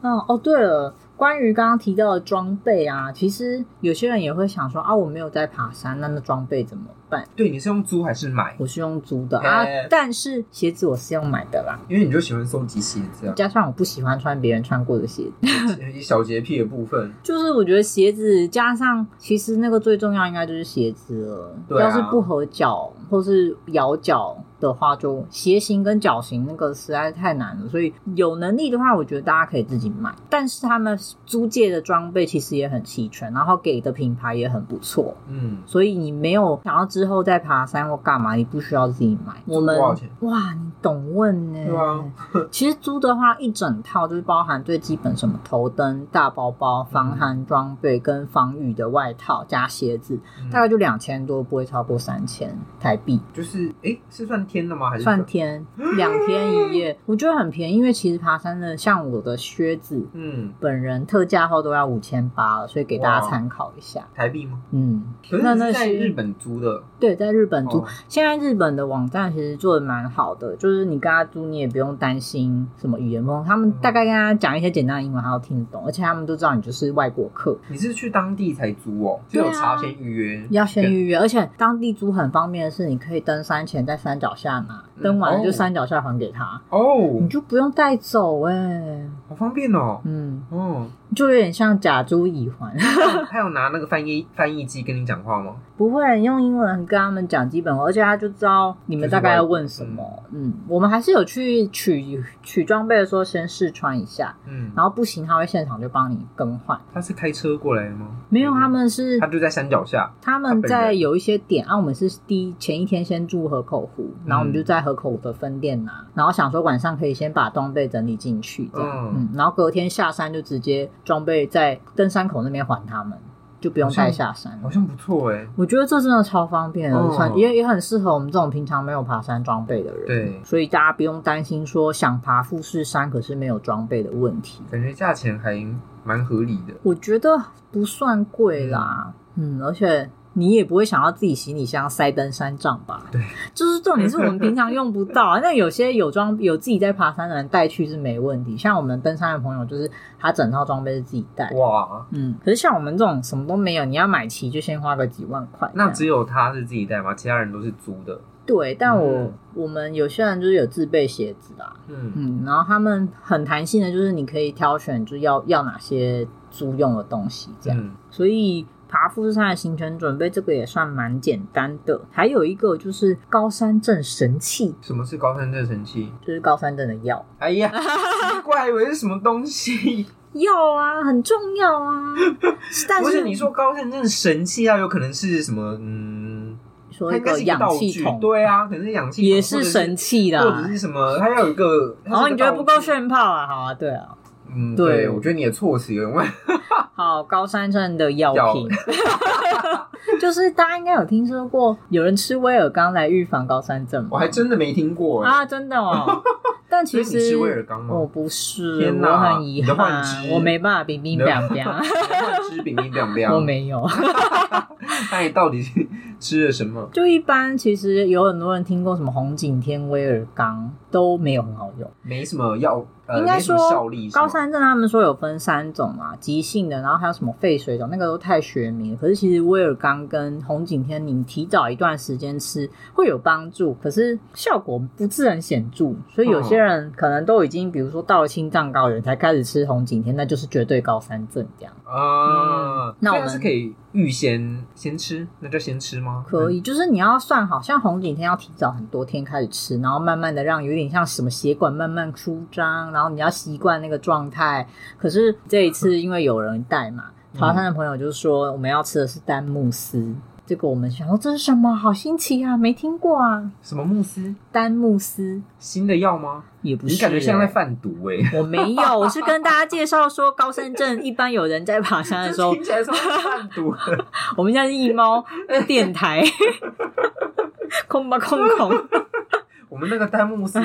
嗯，哦，对了，关于刚刚提到的装备啊，其实有些人也会想说啊，我没有在爬山，那那装备怎么办？对，你是用租还是买？我是用租的啊哎，但是鞋子我是用买的啦，因为你就喜欢收集鞋子 啊，加上我不喜欢穿别人穿过的鞋子，小洁癖的部分。就是我觉得鞋子加上，其实那个最重要应该就是鞋子了。对啊要是不合脚或是咬脚的话，就鞋型跟脚型那个实在太难了。所以有能力的话，我觉得大家可以自己买。但是他们租借的装备其实也很齐全，然后给的品牌也很不错。嗯，所以你没有想要之后再爬山或干嘛，你不需要自己买。我们多少钱哇，你懂问呢、对啊， 其实租的话，一整套就是包含最基本什么头灯、大包包、防寒装备跟防雨的外套加鞋子，嗯大概就两千多，不会超过三千台币，就是哎，是算天的吗？还是算天两天一夜，我觉得很便宜，因为其实爬山的像我的靴子。嗯本人特价后都要五千八了，所以给大家参考一下。台币吗？嗯，可是那那是在些日本租的，对，在日本租，哦现在日本的网站其实做的蛮好的，就是你跟他租，你也不用担心什么语言不通，他们大概跟他讲一些简单的英文，他都听得懂，而且他们都知道你就是外国客，你是去当地才租哦，就对啊有查先预约，要先预约，而且当地租很方便的是，你可以登山前在山脚下拿，登完了就哦山脚下还给他，你哦，就不用带走哎、好方便哦。嗯，哦，就有点像假租乙还， 他有拿那个翻译翻译机跟你讲话吗？不会你用英文跟他们讲基本话，而且他就知道你们大概要问什么。嗯，我们还是有去取取装备的时候先试穿一下，嗯，然后不行他会现场就帮你更换。他是开车过来的吗？没有，他们是嗯他就在山脚下。他们他本在人有一些点，啊，我们是第一前一天先住河口湖，然后我们嗯就在河口湖的分店拿，然后想说晚上可以先把装备整理进去，这样，嗯嗯，然后隔天下山就直接装备在登山口那边还他们，就不用好像带下山了好。像不错哎、我觉得这真的超方便的，嗯很也也很适合我们这种平常没有爬山装备的人。对所以大家不用担心说想爬富士山可是没有装备的问题。感觉价钱还蛮合理的。我觉得不算贵啦，嗯而且你也不会想要自己行李箱塞登山杖吧？对，就是重点是我们平常用不到啊。 那有些有装有自己在爬山的人带去是没问题，像我们登山的朋友，就是他整套装备是自己带。哇，嗯，可是像我们这种什么都没有，你要买齐就先花个几万块这样。那只有他是自己带吗？其他人都是租的。对，但我、嗯我们有些人就是有自备鞋子啦，嗯，嗯，然后他们很弹性的，就是你可以挑选，就是要要哪些租用的东西这样。嗯所以爬富士山的行程准备这个也算蛮简单的。还有一个就是高山镇神器，什么是高山热神器？就是高山镇的药。哎 呀，奇怪，以为是什么东西？药啊，很重要 啊！但不是是你说高山镇神器啊，有可能是什么？嗯，说它一应该个是一个氧道气具，筒，，对啊，可能是氧气筒也是神，器或者是或啦者。是什么？它要有一个，它是一个然后你觉得不够道具？炫炮啊？好啊，对啊，嗯，对对，我觉得你的措辞有点问题。 好，高山镇的药药品， 就是大家应该有听说过有人吃威尔刚来预防高山症吗我还真的没听过哎。啊，真的 哦。但其所以你实是威尔刚吗我哦不是，嗯天我哪很遗你的憾幻，肢我没办法冰冰凉凉，换吃饼饼凉凉， 我没有。那你到底是吃了什么？就一般，其实有很多人听过什么红景天、威尔刚都没有很好用。没什么药呃应该没什么说效力是吗高山症他们说有分三种嘛，急性的，然后还有什么肺水肿，那个都太学名了。可是其实威尔刚跟红景天，你提早一段时间吃会有帮助，可是效果不是很显著。所以有嗯些人可能都已经，比如说到了心脏高原才开始吃红景天，那就是绝对高山症这样。啊嗯，那所以我们它是可以预先先吃，那叫先吃吗？可以，就是你要算好，像红景天要提早很多天开始吃，然后慢慢的让有点像什么血管慢慢舒张，然后你要习惯那个状态。可是这一次因为有人带嘛，嗯爬山的朋友就说我们要吃的是丹慕斯，这个我们想说这是什么？好新奇啊，没听过啊嗯。什么慕斯丹慕斯新的药吗？也不是、你感觉像在欸贩毒哎、欸，我没有，我是跟大家介绍说高山症，一般有人在爬山 的时候听，起来像在贩 毒的。我们现在是一猫电 台，空吧空空。我们那个丹慕斯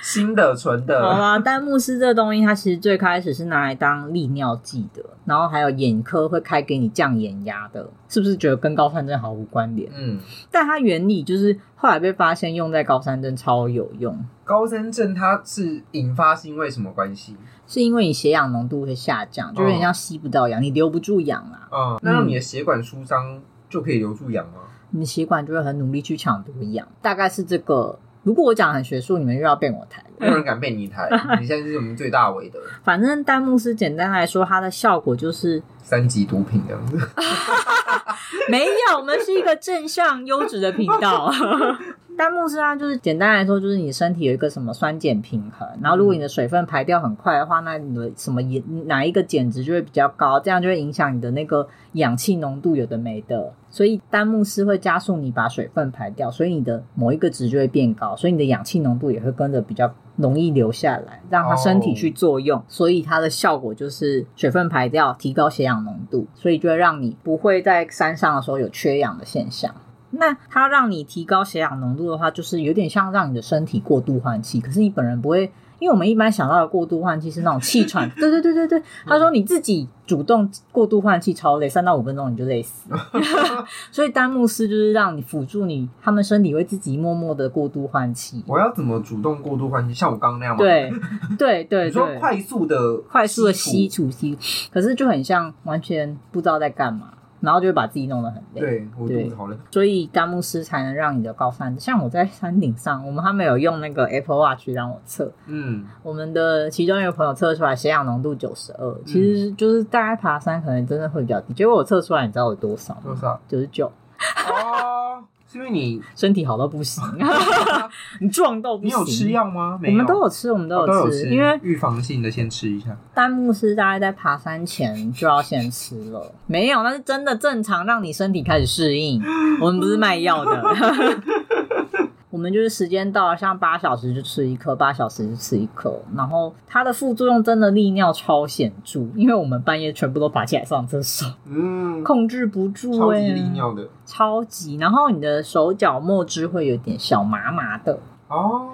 新的纯好的，啦，丹慕斯这东西，它其实最开始是拿来当利尿剂的，然后还有眼科会开给你降眼压的，是不是觉得跟高山症毫无关联？嗯，但它原理就是后来被发现用在高山症超有用，高山症它是引发是因为什么关系？是因为你血氧浓度会下降，就有点像吸不到氧，你留不住氧啊啦，嗯，那让你的血管舒张就可以留住氧吗？你的血管就会很努力去抢夺氧，大概是这个。如果我讲很学术，你们又要变我台了。没有人敢被你抬，你现在是我们最大尾的反正丹慕斯简单来说，它的效果就是三级毒品这样子。 没有，我们是一个正向优质的频道。丹木斯啊，就是简单来说，就是你身体有一个什么酸碱平衡，然后如果你的水分排掉很快的话，那你的什么盐哪一个碱值就会比较高，这样就会影响你的那个氧气浓度，有的没的。所以丹木斯会加速你把水分排掉，所以你的某一个值就会变高，所以你的氧气浓度也会跟着比较容易留下来，让它身体去哦作用。所以它的效果就是水分排掉，提高血氧浓度，所以就会让你不会在山上的时候有缺氧的现象。那它让你提高血氧浓度的话，就是有点像让你的身体过度换气，可是你本人不会，因为我们一般想到的过度换气是那种气 喘。对对对对对，他说你自己主动过度换气超累，三到五分钟你就累 死。所以丹木斯就是让你辅助你，他们身体会自己默默的过度换气。我要怎么主动过度换气？像我刚刚那样吗？，对对对你说对，快速的快速的吸吸吐，吐吸，可是就很像完全不知道在干嘛，然后就会把自己弄得很累。对我肚对子好累。所以丹木斯才能让你的高山，像我在山顶上，我们他们有用那个 Apple Watch 让我测，嗯，我们的其中一个朋友测出来血氧浓度九十嗯二，其实就是大家爬山可能真的会比较低，结果我测出来你知道有多少多吗？少？九十九，哦，是因为你身体好到不 行，你壮到不你行。有吃？药吗？我没们都有吃，我们都有哦都吃，有吃，因为预防性的先吃一下。丹木斯大概在爬山前就要先吃了，没有，那是真的正常，让你身体开始适 应。我们不是卖药的，我们就是时间到了，像八小时就吃一颗，八小时就吃一颗。然后它的副作用真的利尿超显著，因为我们半夜全部都爬起来上厕 所，嗯，控制不住、欸，超级利尿的超级。然后你的手脚末肢会有点小麻麻的，哦。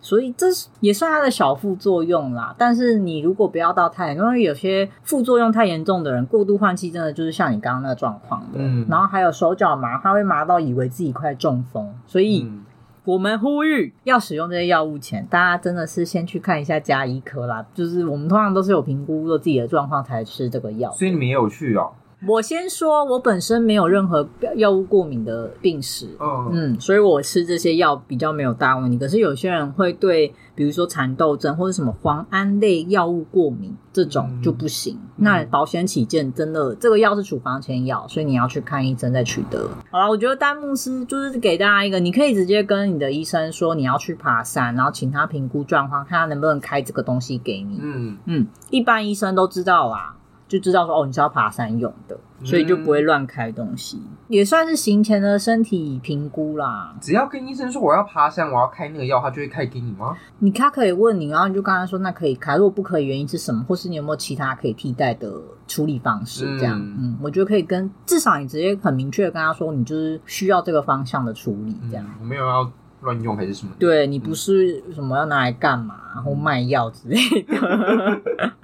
所以这是也算它的小副作用啦。但是你如果不要到太严重，因为有些副作用太严重的人，过度换气真的就是像你刚刚那个状况的。嗯然后还有手脚麻，他会麻到以为自己快中风，所以嗯，我们呼吁要使用这些药物前，大家真的是先去看一下加医科啦。就是我们通常都是有评估了自己的状况才吃这个药。所以你们也有去哦。我先说，我本身没有任何药物过敏的病史，嗯，嗯，所以我吃这些药比较没有大问题。可是有些人会对，比如说蚕豆症或者什么磺胺类药物过敏，这种嗯就不行。那保险起见，真的这个药是处方签药，所以你要去看医生再取得。好了，我觉得丹木斯就是给大家一个，你可以直接跟你的医生说你要去爬山，然后请他评估状况，看他能不能开这个东西给你。嗯，嗯，一般医生都知道啦，就知道说哦，你是要爬山用的，所以就不会乱开东西，也算是行前的身体评估啦。只要跟医生说我要爬山，我要开那个药，他就会开给你吗？你他可以问你，然后你就跟他说那可以开，如果不可以，原因是什么，或是你有没有其他可以替代的处理方式？这样，嗯嗯，我觉得可以跟至少你直接很明确的跟他说，你就是需要这个方向的处理，这样。嗯，我没有要乱用还是什么？，对你嗯不是什么要拿来干嘛，然后卖药之类的。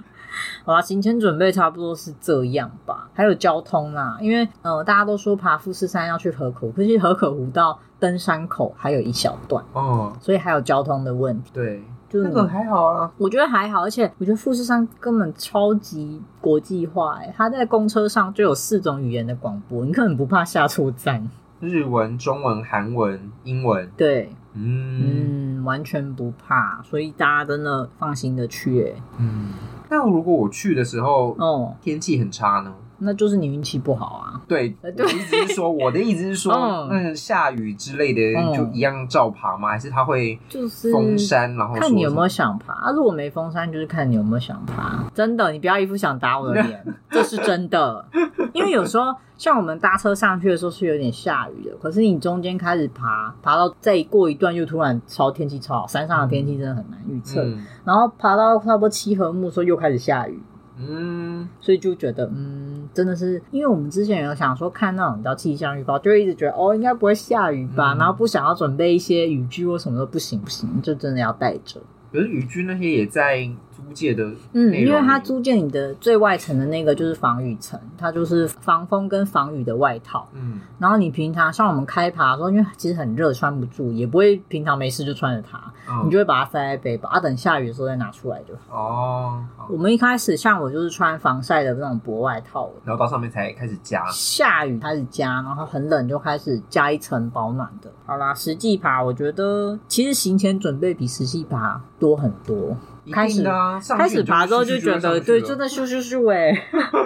好啦，行前准备差不多是这样吧。还有交通啦，因为呃，大家都说爬富士山要去河口湖，可是河口湖到登山口还有一小段，哦，所以还有交通的问题。对，就是那你个还好啊，我觉得还好，而且我觉得富士山根本超级国际化、欸，它在公车上就有四种语言的广播，你根本不怕下错站。日文、中文、韩文、英文，对，嗯嗯，完全不怕，所以大家真的放心的去、欸。嗯。那如果我去的时候哦，天气很差呢？那就是你运气不好啊。对，我呃的对意思 是说，我的意思是说嗯，那下雨之类嗯的就一样照爬吗？还是它会就是封山，然后看你说有什没么有想爬。啊、如果没封山，就是看你有没有想爬。真的，你不要一副想打我 的脸，这是真的。因为有时候像我们搭车上去的时候是有点下雨的，可是你中间开始爬，爬到再过一段又突然超天气超好，山上的天气真的很难预测。嗯然后爬到差不多七合目的时候又开始下雨，嗯，所以就觉得，嗯，真的是，因为我们之前有想说看那种叫气象预报，就会一直觉得哦，应该不会下雨吧，嗯然后不想要准备一些雨具或什么的，不行不行，就真的要带着。可是雨具那些也在租借的嗯，内容里因为它租借你的最外层的那个就是防雨层，它就是防风跟防雨的外套。嗯然后你平常像我们开爬的时候，因为其实很热，穿不住，也不会平常没事就穿着它，嗯你就会把它塞在背包，啊，等下雨的时候再拿出来就好。哦，好我们一开始像我就是穿防晒的那种薄外套的，然后到上面才开始加，下雨开始加，然后很冷就开始加一层保暖的。好啦，实际爬我觉得其实行前准备比实际爬多很多。一开始定的啊，上去开始爬之后就觉得，对，真的的咻咻咻哎、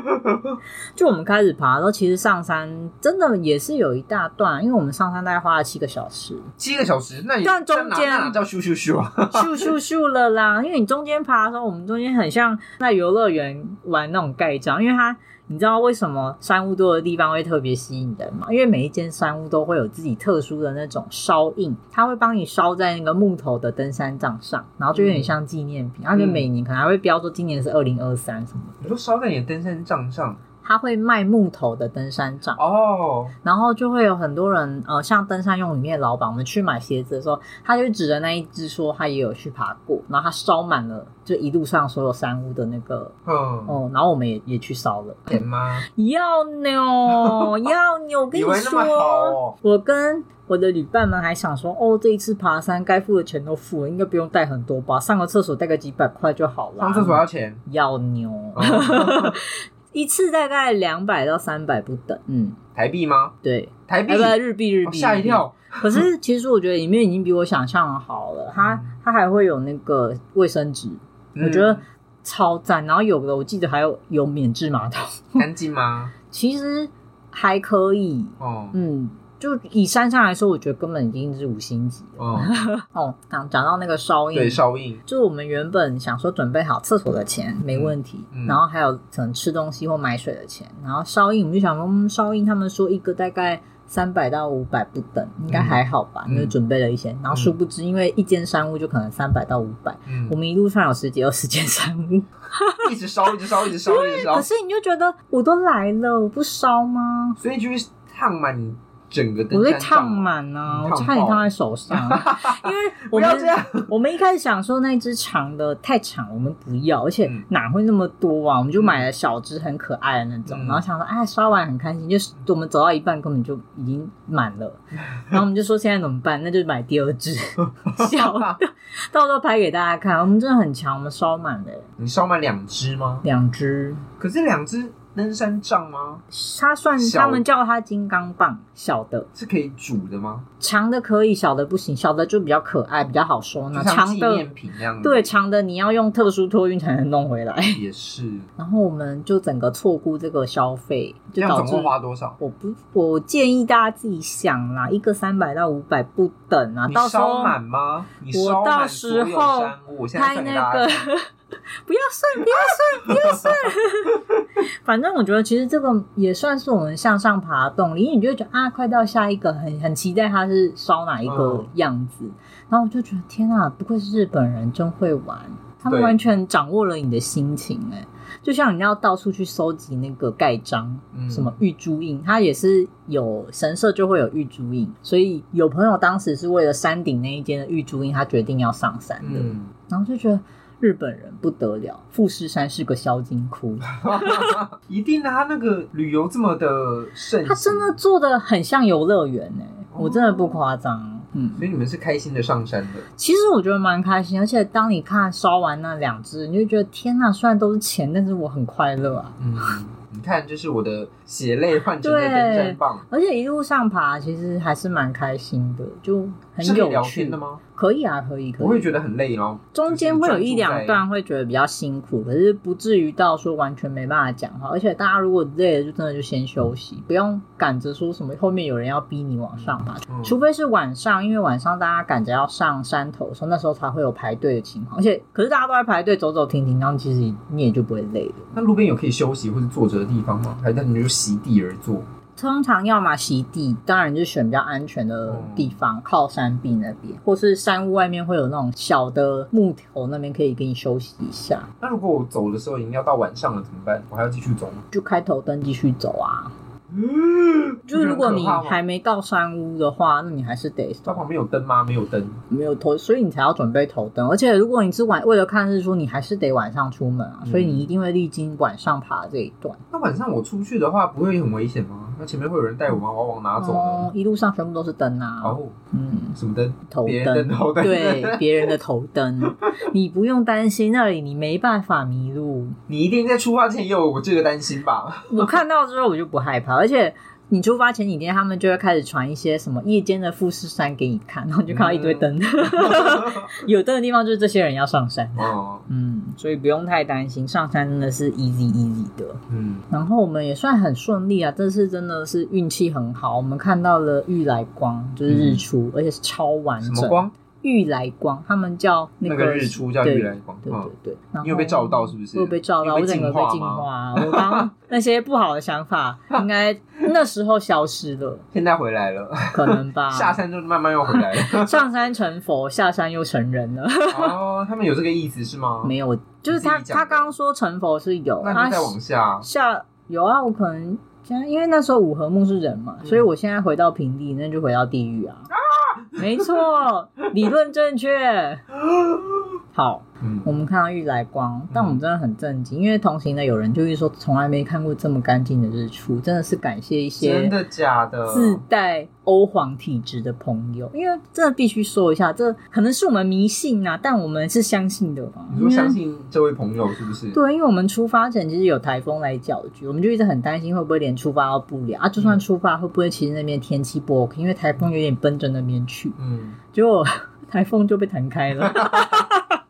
就我们开始爬的时候，其实上山真的也是有一大段，因为我们上山大概花了七个小时，七个小时，那你但中那哪间那哪叫咻咻咻啊？咻咻咻了啦。因为你中间爬的时候，我们中间很像在游乐园玩那种盖章，因为它。你知道为什么山屋多的地方会特别吸引人吗？因为每一间山屋都会有自己特殊的那种烧印，它会帮你烧在那个木头的登山杖上，然后就有点像纪念品。然后就每年可能还会标说今年是二零二三什么的你说烧在你的登山杖上他会卖木头的登山杖，哦，然后就会有很多人，呃，像登山用里面的老板，我们去买鞋子的时候，他就指着那一只说他也有去爬过，然后他烧满了，就一路上所有山屋的那个，嗯，哦、然后我们也也去烧了。甜吗？要呢，要呢，我跟以你为那说，么好哦我跟我的旅伴们还想说，哦，这一次爬山该付的钱都付了，应该不用带很多吧，上个厕所带个几百块就好了。上厕所要钱，要牛， 一次大概两百到三百不等。嗯，台币吗？对，台币哎，不日币日哦币，吓一跳。 可是其实我觉得里面已经比我想象的好了，它嗯它还会有那个卫生纸，嗯我觉得超赞。然后有的我记得还有有免治马桶， 干净吗？其实还可以，哦，嗯。就以山上来说，我觉得根本已经是五星级了。哦，哦，讲讲到那个烧印，对，烧印，就是我们原本想说准备好厕所的钱没问题，嗯嗯然后还有可能吃东西或买水的钱，然后烧印我们就想说，嗯，烧印他们说一个大概三百到五百不等，应该还好吧，嗯因为准备了一些，然后殊不知因为一间山屋就可能三百到五百，嗯我，们一路上有十几二十间山屋，一直烧，一直烧，一直烧，一直烧可，是你就觉得我都来了，我不烧吗？所以就是烫满你整个我登被山烫杖嘛。满啊，嗯我啊烫差点爆烫在手 上，因为我不们要这样，我们一开始想说那只长的太长，我们不要，而且嗯哪会那么多啊？我们就买了小只很可爱的那种，嗯然后想说，哎，刷完很开心，就是我们走到一半根本就已经满 了，然后我们就说现在怎么办？那就买第二只小的，到时候拍给大家看。我们真的很强，我们烧满了你烧满两只吗？两只，可是两只登山杖吗？它算小他们叫它金刚棒，小的。是可以煮的吗？长的可以，小的不行，小的就比较可爱，比较好收纳。就嗯像啊长纪的念品那样。对，长的你要用特殊托运才能弄回来。也是。然后我们就整个错估这个消费，这就样导总致共花多少？我不，我建议大家自己想啦，一个三百到五百不等啊，你到时烧候满吗？你烧我到满时所有候山屋，我现在拍算给那大个家看。 不要算，不要算，不要算。反正我觉得其实这个也算是我们向上爬的动力，因为你就会觉得啊，快到下一个，很很期待它是烧哪一个嗯样子。然后我就觉得天啊，不愧是日本人，真会玩，他们对完全掌握了你的心情哎、就像你要到处去收集那个盖章，嗯什么玉珠印，它也是有神社就会有玉珠印，所以有朋友当时是为了山顶那一间的玉珠印，他决定要上山的。嗯，然后就觉得日本人不得了，富士山是个销金 窟，一定的。他那个旅游这么的盛行，它真的做的很像游乐园呢、哦我真的不夸张。嗯，所以你们是开心的上山的，其实我觉得蛮开心，而且当你看烧完那两只，你就觉得天呐，虽然都是钱，但是我很快乐啊！嗯，你看，这是我的血泪换成的登山棒，而且一路上爬，其实还是蛮开心的，就很是可以有聊趣天的。吗？可以啊，可以，可我会以。觉得很累，然后中间会有一两就是专段会觉得比较辛苦，可是不至于到说完全没办法讲话。而且大家如果累了，就真的就先休息，不用赶着说什么后面有人要逼你往上爬。注在，嗯除非是晚上，因为晚上大家赶着要上山头的时候，那时候才会有排队的情况。而且，可是大家都在排队走走停停，然后其实你也就不会累了。那路边有可以休息或者坐着的地方吗？还是你们就席地而坐？通常要么席地，当然就选比较安全的地嗯方，靠山壁那边，或是山屋外面会有那种小的木头，那边可以给你休息一下，那如果我走的时候已经要到晚上了，怎么办？我还要继续走吗？就开头灯继续走啊。就就是如果你还没到山屋的话，那你还是得它旁边有灯吗？没有灯，没有头，所以你才要准备头灯。而且如果你是晚为了看日出，你还是得晚上出门啊，嗯所以你一定会历经晚上爬这一段。那晚上我出去的话，不会很危险吗？那前面会有人带我吗？我要往哪走哦呢？，一路上全部都是灯啊，哦，嗯，什么灯？头别人灯的头灯。对，别人的头灯， 你不用担心那里你没办法迷路。你一定在出发前也有我这个担心 吧？我看到之后我就不害怕，而且。你出发前几天，他们就会开始传一些什么夜间的富士山给你看，然后你就看到一堆嗯灯， 有灯的地方就是这些人要上山，哦，嗯，所以不用太担心，上山真的是 easy easy 的。嗯，然后我们也算很顺利啊，这次真的是运气很好，我们看到了玉来光，就是日出，而且是超完嗯什整。么？光？玉来光，他们叫那那个个日出叫玉来光。对。对对嗯，对，然后你有被照到是不是我有被照到，你我有被整个被净化净吗化。啊我刚那些不好的想 法，应该那时候消失了，现在回来了，可能吧。 下山就慢慢又回 来了。上山成佛，下山又成人了。哦，他们有这个意思是吗？没有，我就是他，哦你自己讲的他刚刚说成佛是有，那他就再往下。下有啊，我可能现在因为那时候五合目是人嘛，嗯所以我现在回到平地，那就回到地 狱啊。没错，理论正 确。好，嗯我们看到玉来光，但我们真的很震惊，因为同行的有人就是说从来没看过这么干净的日出，真的是感谢一真些的假的？自带欧皇体质的朋友，因为真的必须说一下，这可能是我们迷信啊，但我们是相信的吧。你说因为相信这位朋友是不是？对，因为我们出发前其实有台风来搅局，我们就一直很担心会不会连出发都不了啊？就嗯算出发，会不会其实那边天气不 OK？因为台风有点奔着那边去，嗯，结果 台风就被弹开了。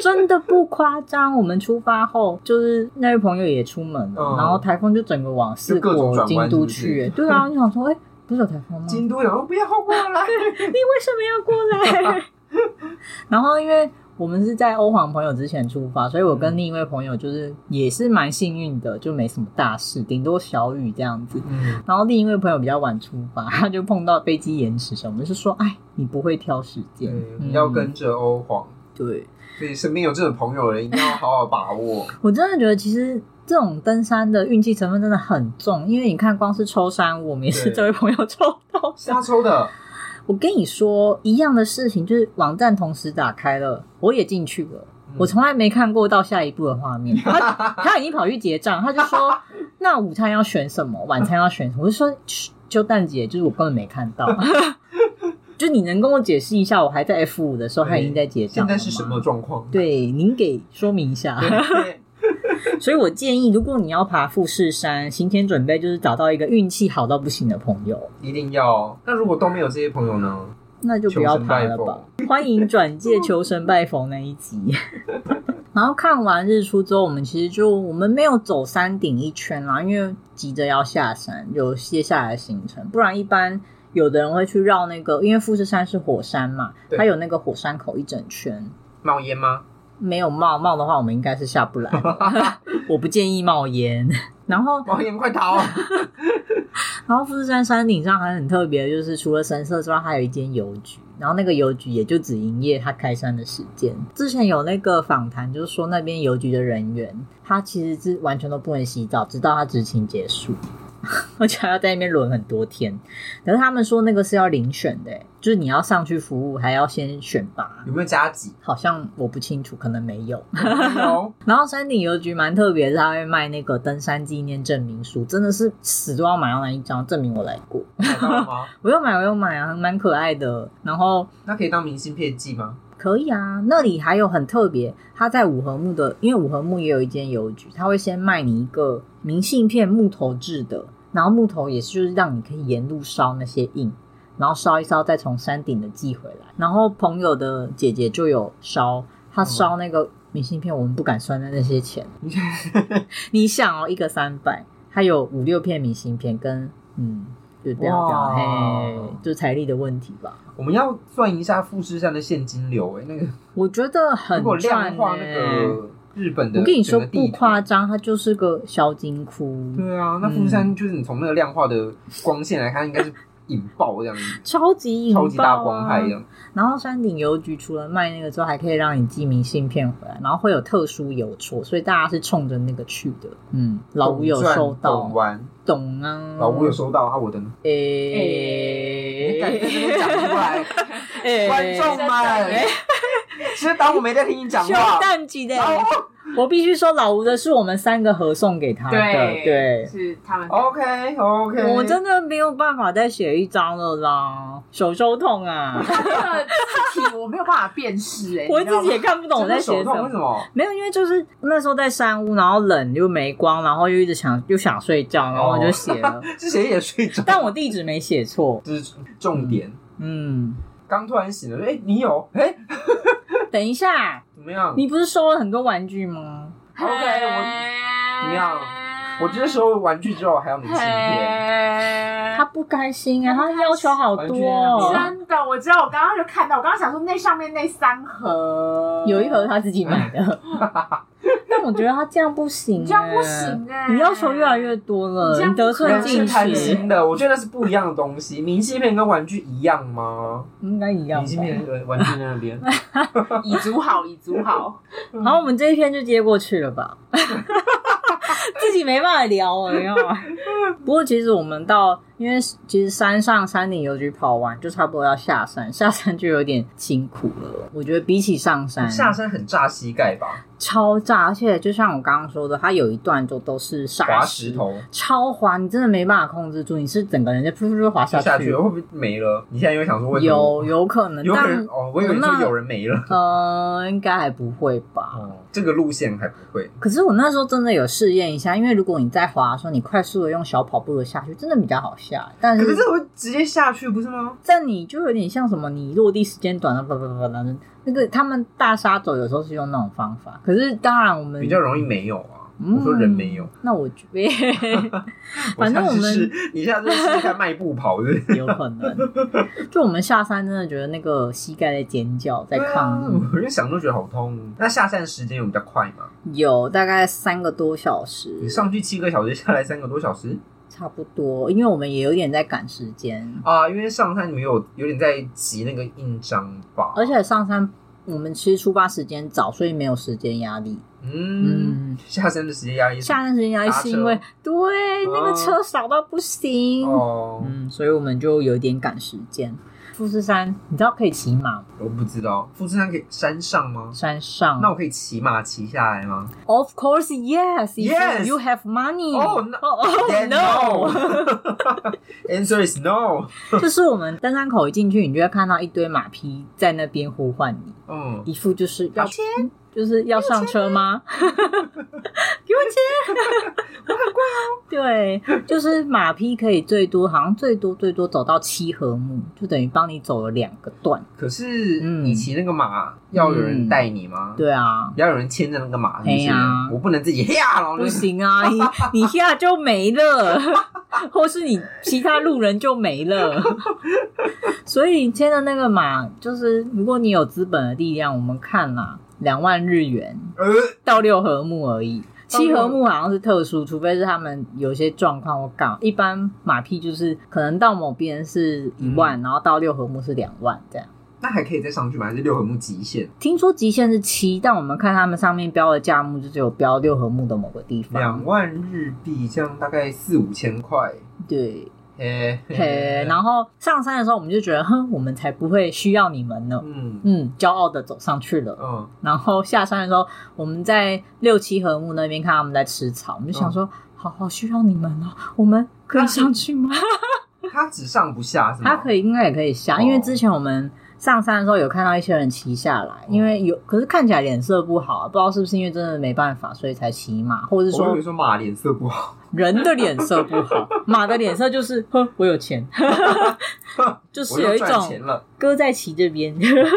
真的不夸张，我们出发后，就是那位朋友也出门了，嗯然后台风就整个往四就各种国、转京弯都是不是去、欸对啊，你想说，哎、不是有台风吗？京都有说不要过 来，为什么要过来？ 然后因为我们是在欧皇朋友之前出发，所以我跟另一位朋友就是也是蛮幸运的，就没什么大事，顶多小雨这样子。嗯，然后另一位朋友比较晚出发， 他就碰到飞机延迟什么，就是说，哎，你不会挑时间对，，嗯你要跟着欧皇，对。所以身边有这种朋友的人一定要好好把握。 我真的觉得其实。这种登山的运气成分真的很重，因为你看，光是抽山，我们也是对这位朋友抽到是他抽的，我跟你说，一样的事情就是网站同时打开了，我也进去了。嗯我从来没看过到下一步的画面， 他他已经跑去结账，他就说那午餐要选什么，晚餐要选什么，我就说嘘就蛋姐，就是我根本没看 到，就你能跟我解释一下，我还在 F 五的时候，对他已经在结账现了吗在是什么？状况？ 对，您给说明一下。对，所以我建议，如果你要爬富士山，行前准备就是找到一个运气好到不行的朋友。 一定要。那如果都没有这些朋友呢？那就不要爬了吧。欢迎转介求神拜佛那一集。 然后看完日出之后，我们其实就我们没有走山顶一圈啦，因为急着要下山，有接下来的行程。不然一般有的人会去绕那个，因为富士山是火山嘛，对它有那个火山口一整圈。冒烟吗？没有冒冒的话，我们应该是下不来 的。我不建议冒烟。 然后冒烟，快逃！啊 然后富士山山顶上还很特别，就是除了神社之外，还有一间邮局。然后那个邮局也就只营业他开山的时间。之前有那个访谈，就是说那边邮局的人员，他其实是完全都不能洗澡，直到他执勤结束。 而且还要在那边轮很多天。可是他们说那个是要遴选的、欸就是你要上去服务还要先选拔，有没有加急？好像我不清楚，可能没有。 有，然后山顶邮局蛮特别的，他会卖那个登山纪念证明书，真的是死都要买到那一张，证明我来过。买到了吗？我有买，我有买啊，蛮可爱的。然后那可以当明信片寄吗？可以啊，那里还有很特别，他在五合木的，因为五合木也有一间邮局，他会先卖你一个明信片木头制的，然后木头也是就是让你可以沿路烧那些印，然后烧一烧再从山顶的寄回来。然后朋友的姐姐就有烧，她烧那个明信片，我们不敢算在那些钱。你想哦，一个三百，它有五六片明信片跟嗯。就不要哇讲，嘿，就财力的问题吧。我们要算一下富士山的现金流、哎，那个我觉得很如果赚、量欸。化那个日本的，我跟你说不夸。张，它就是个小金窟，对啊，那富士嗯山就是你从那个量化的光线来看，应该是引爆这样子，超级引爆、啊、超级大光害这样。然后山顶邮局除了卖那个之后，还可以让你寄明信片回来，然后会有特殊邮戳，所以大家是冲着那个去的。嗯，老吴有收到懂，完，懂啊，老吴有，收到，啊，我的呢？诶、你敢在这边讲 出来？诶观众哎们， 其实当我没在听你讲修话。蛋级的。哦我必须说，老吴的是我们三个合送给他的，对对哦是他们 OK OK，我真的没有办法再写一张了啦，手手痛啊，这个字体我没有办法辨识哎、我你知道自己吗也看不懂我真在的写什手痛，为么什。么？ 没有，因为就是那时候在山屋，然后冷又没光，然后又一直想又想睡觉，然后我就写了。是谁也睡着？ 但我地址没写错，这是重点。嗯。刚突然醒了，哎，你有？哎，等一下，怎么样？你不是收了很多玩具吗？ OK，我怎么样？我这时候玩具之后还要明信片，他不开心啊，他要求好玩具多啊哦。真的，我知道，我刚刚就看到，我刚刚想说那上面那三盒，有一盒他自己买的，但我觉得他这样不行、欸，你这样不行哎、你要求越来越多你了，这样你得寸那进是贪尺，心的，我觉得那是不一样的东西。明信片跟玩具一样吗？应该一样明吧。信片跟玩具在那 边，以足好，以足好，好，我们这一篇就接过去了吧， 自己没办法聊了，没有啊。 不过其实我们到，因为其实山上山顶邮局跑完就差不多要下山，下山就有点辛苦了。我觉得比起上山，下山很炸膝盖 吧？超炸，而且就像我刚刚说的，它有一段就都是沙滑石，头超滑，你真的没办法控制住，你是整个人就噗噗噗滑下去去会，不会没了？你现在又想说为什么有有可能，有可能但哦，我以为你说有人没了。呃，应该还不会吧？哦，这个路线还不会，可是我那时候真的有试验一下，因为如果你在滑的时候，你快速的用小跑步的下去，真的比较好下。但可是是这会直接下去不是吗？但你就有点像什么，你落地时间短了，叭叭叭叭，那个他们大沙走有时候是用那种方法。可是当然我们比较容易没有啊。嗯我说人没有，那我觉得反正我下次们是你下次试试看迈步跑，是不是？有可 能，就我们下山真的觉得那个膝盖在尖叫， 在对抗议。啊，我就想都觉得好痛。那下山时间有比较快吗？有大概三个多小时，你上去七个小时，下来三个多小时差不多，因为我们也有点在赶时间。啊！因为上山你们有有点在急那个印章吧？而，且上山我们其实出发时间早，所以没有时间压力。嗯，嗯，下山的时间压力是下山时间压力是因为搭对哦那个车少到不行，哦，嗯，所以我们就有点赶时间。富士山，你知道可以骑马吗我不知道富士山可以山上吗？山上那我可以骑马骑下来吗？ ？Of course, yes. if Yes. you have money. Oh, no. oh, Then no. Answer is no。 就是我们登山口一进去，你就会看到一堆马匹在那边呼唤你。嗯，一副就是要有钱就是要上车吗？ 给我 钱，我很贵哦。对，就是马匹可以最多，好像最多最多走到七合目，就等于帮你走了两个段。可是嗯你骑那个马要有人带你吗？，对啊，要有人牵着那个马，是不哎是呀？我不能自己呀，然后就不行啊，你你下就没 了，或是你其他路人就没了。所以牵的那个马，就是如果你有资本的力量，我们看啦，两万日元，呃，到六合目而已。到六七合目好像是特殊，除非是他们有一些状况或干嘛。一嗯般马屁就是可能到某边是一万，然后到六合目是两万这样。那还可以再上去吗？还是六合木极限？听说极限是七，但我们看他们上面标的价目，就只有标六合木的某个地两方。万日币，这样大概四五千块。 对，嘿，嘿，然后上山的时候，我们就觉得，哼，我们才不会需要你们呢。嗯嗯，骄傲的走上去了。嗯，然后下山的时候，我们在六七合木那边看他们在吃草，我们嗯就想说，好好需要你们哦，我们可以上去吗？它只上不下是吗？它可以，应该也可以下，嗯哦因为之前我们上山的时候有看到一些人骑下来，嗯因为有，可是看起来脸色不好，啊不知道是不是因为真的没办法，所以才骑马，或者是我以说为说马脸色不好，人的脸色不 好，马的脸色就是 呵，我有钱，就是我有又一赚种钱了。哥在骑这边，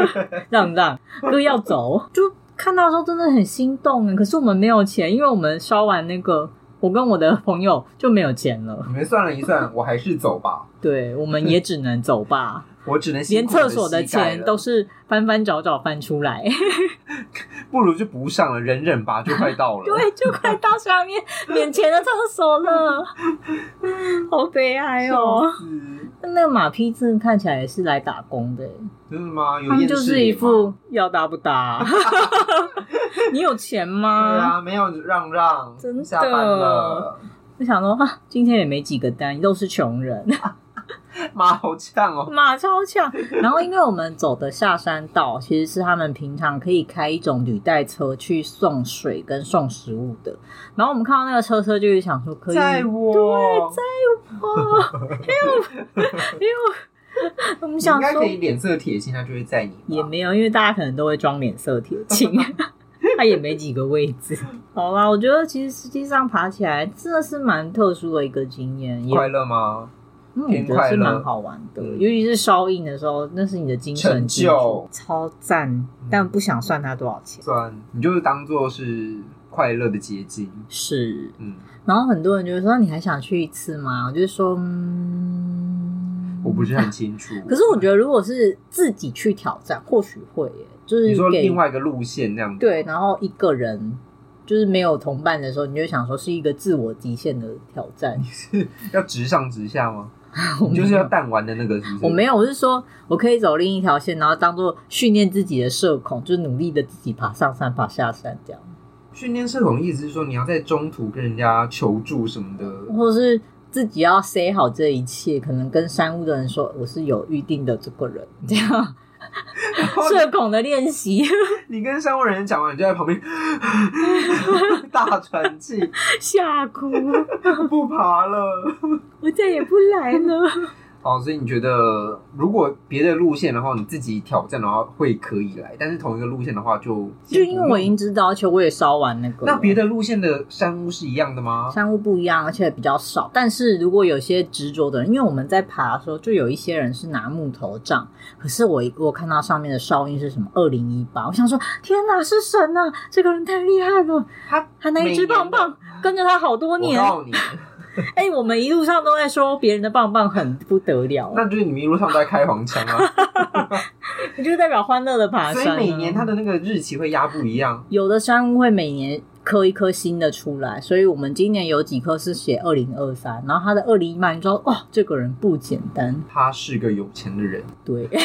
让让哥要走，就看到的时候真的很心动欸耶可是我们没有钱，因为我们烧完那个，我跟我的朋友就没有钱了，你们算了一算，我还是走吧。对，我们也只能走吧。我只能辛连苦地厕所的膝盖钱了都是翻翻找找翻出 来，不如就不上了，忍忍吧，就快到了。 对，就快到下面免钱的厕所了， 好悲哀哦笑。死，那个马匹真的看起来也是来打工的耶，真的吗？有他们厌就世是一脸吗副要打不 打，你有钱对吗？啊，没有让让，真的下班了，就想说啊，今天也没几个单，都是穷人，妈好呛哦。 马超强。然后因为我们走的下山道其实是他们平常可以开一种履带车去送水跟送食物的，然后我们看到那个车车就是想说可以在我，哦，因为我们你想应该说可以脸色铁青，他就会在你吧。也没有，因为大家可能都会装脸色铁 青，它也没几个位置。好啦，我觉得其实实际上爬起来真的是蛮特殊的一个经验，也快乐吗？嗯，我偏觉得是快乐蛮好玩的，嗯尤其是烧印的时候，那是你的精神成支就柱，超赞。但不想算它多少钱，算，你就是当做是快乐的结晶。是。嗯，然后很多人就会说：“你还想去一次吗？”我就说：“嗯，我不是很清楚。 可是我觉得，如果是自己去挑战，或许会耶，就是你说给另外一个路线那样子，对，然后一个人就是没有同伴的时候，你就想说是一个自我极限的挑战。要直上直下吗？ 我你就没是有要弹丸的那个，是不是？我没有，我是说我可以走另一条线，然后当做训练自己的社恐，就是努力的自己爬上山、爬下山这样，训练社恐，意思是说你要在中途跟人家求助什么的。或是自己要 say 好这一切，可能跟山屋的人说我是有预定的这个人，这 样社恐的练习。 你跟商务人员讲完，你就在旁边 大喘气， 吓哭，不爬了。我再也不来 了。好，哦所以你觉得如果别的路线的话，你自己挑战的话会可以来，但是同一个路线的话就就先不因为我已经知道，而且我也烧完那个了。那别的路线的山屋是一样的吗？山屋不一样，而且比较少。但是如果有些执着的人，因为我们在爬的时候，就有一些人是拿木头杖。可是我我看到上面的哨音是什么二零一八，我想说天哪，是神呐、这个人太厉害了，他他那一只棒棒跟着他好多我年。告诉你，哎、我们一路上都在说别人的棒棒很不得了，那就是你们一路上都在开黄腔啊。就代表欢乐的爬所山、以啊。每年它的那个日期会压不一样。有的山屋会每年刻一颗新的出来，所以我们今年有几颗是写二零二三，然后他的二零一八，你知道哇，这个人不简单，他是个有钱的人， 对。结论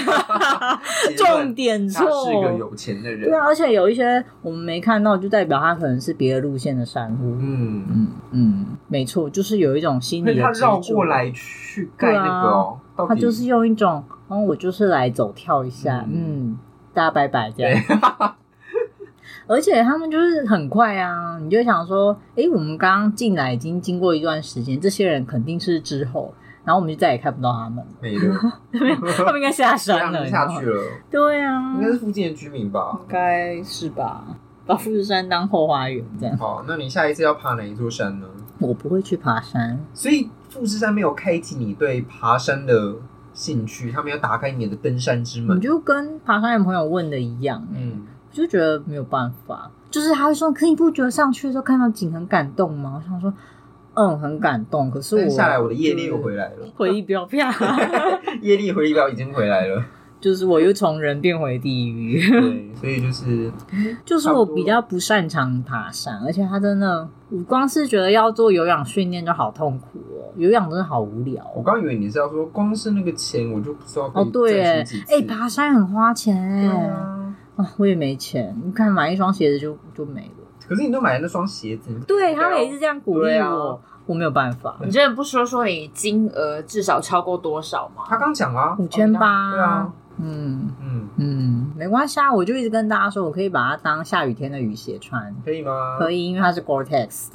重点他错，是个有钱的人对。啊，而且有一些我们没看到，就代表它可能是别的路线的山屋。嗯，嗯嗯，没错，就是有一种心所理以的他绕执着过，来去盖那个哦，到啊他底就是用一种，哦，我就是来走跳一下，嗯嗯，大家拜拜这样。 而且他们就是很快啊，你就想说，诶，我们刚刚进来已经经过一段时间，这些人肯定是之后，然后我们就再也看不到他们了，没了，他们应该下这山样了，就你下知道吗去了，对啊，应该是附近的居民吧。应该是吧，把富士山当后花园这样。好，那你下一次要爬哪一座山呢？我不会去爬山，所以富士山没有开启你对爬山的兴趣，他没有打开你的登山之你门。就跟爬山的朋友问的一样、嗯，嗯，我就觉得没有办法。就是他会说，可你不觉得上去的时候看到景很感动吗？我想说，嗯，很感动。可是但我下来我的业力又回来了，回忆标票，业力回力镖已经回来了。 就是我又从人变回地狱。对，所以就是就是我比较不擅长爬山，而且它真的，我光是觉得要做有氧训练就好痛苦哦，有氧真的好无聊我哦。刚以为你是要说，光是那个钱我就不知道可哦以对耶赚出几，次哎、爬山很花钱对哎、啊啊，我也没钱，你看买一双鞋子就就没了。可是你都买了那双鞋子，对不要他们也是这样鼓励对我，啊我没有办法，你真的不说说你金额至少超过多少吗？他刚讲啦，五千八，对啊，嗯嗯，嗯，没关系啊，我就一直跟大家说，我可以把它当下雨天的雨鞋穿，可以吗？可以，以，因为它是 Gore-Tex。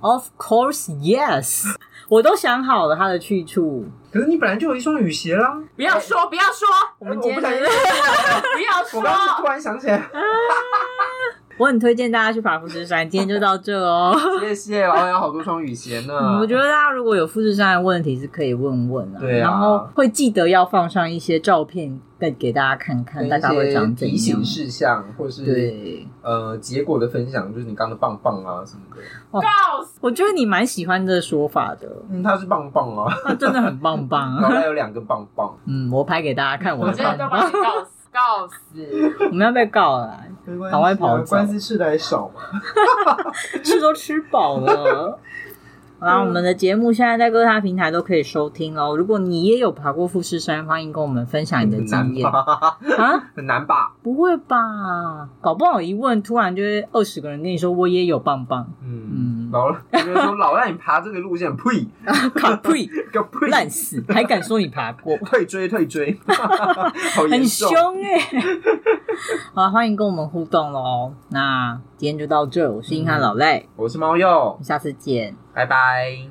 Of course, yes，我 都想好了它的去处。 可是你本来就有一双雨鞋啦。不要说，不要 说，我们今天我不想就是不要我刚刚说，突然想起来，我很推荐大家去爬富士山，今天就到这 哦。谢谢，我有好多双雨鞋呢。我觉得大家如果有富士山的问题是可以问问啊，对啊然后会记得要放上一些照片，再给大家看看大跟一概会些长怎提样醒。事项，或是对，呃结果的分享，就是你刚刚的棒棒啊什么的。告诉我觉得你蛮喜欢这个说法的，嗯，它是棒棒啊， 那真的很棒然后棒。它有两个棒棒。 嗯，我拍给大家看，我我的真的都棒棒。把你告死，告死。我们要被告了啦，没关系 赶啊快跑走关系吃的还少嘛。吃都吃饱了。 好啦，我们的节目现在在各大平台都可以收听喽。如果你也有爬过富士山，欢迎跟我们分享你的很经难验吧？啊！ 很难吧？不会吧？搞不好一问，突然就会二十个人跟你说我也有棒棒，嗯嗯，老了，有人说老让你爬这个路线，呸，卡呸， 个呸，烂死，还敢说你爬过？退追退追，好 严很重啊凶。哎、 好啦，欢迎跟我们互动喽。那今天就到这，我是硬汉老赖，我是猫鼬我，们下次见。拜拜。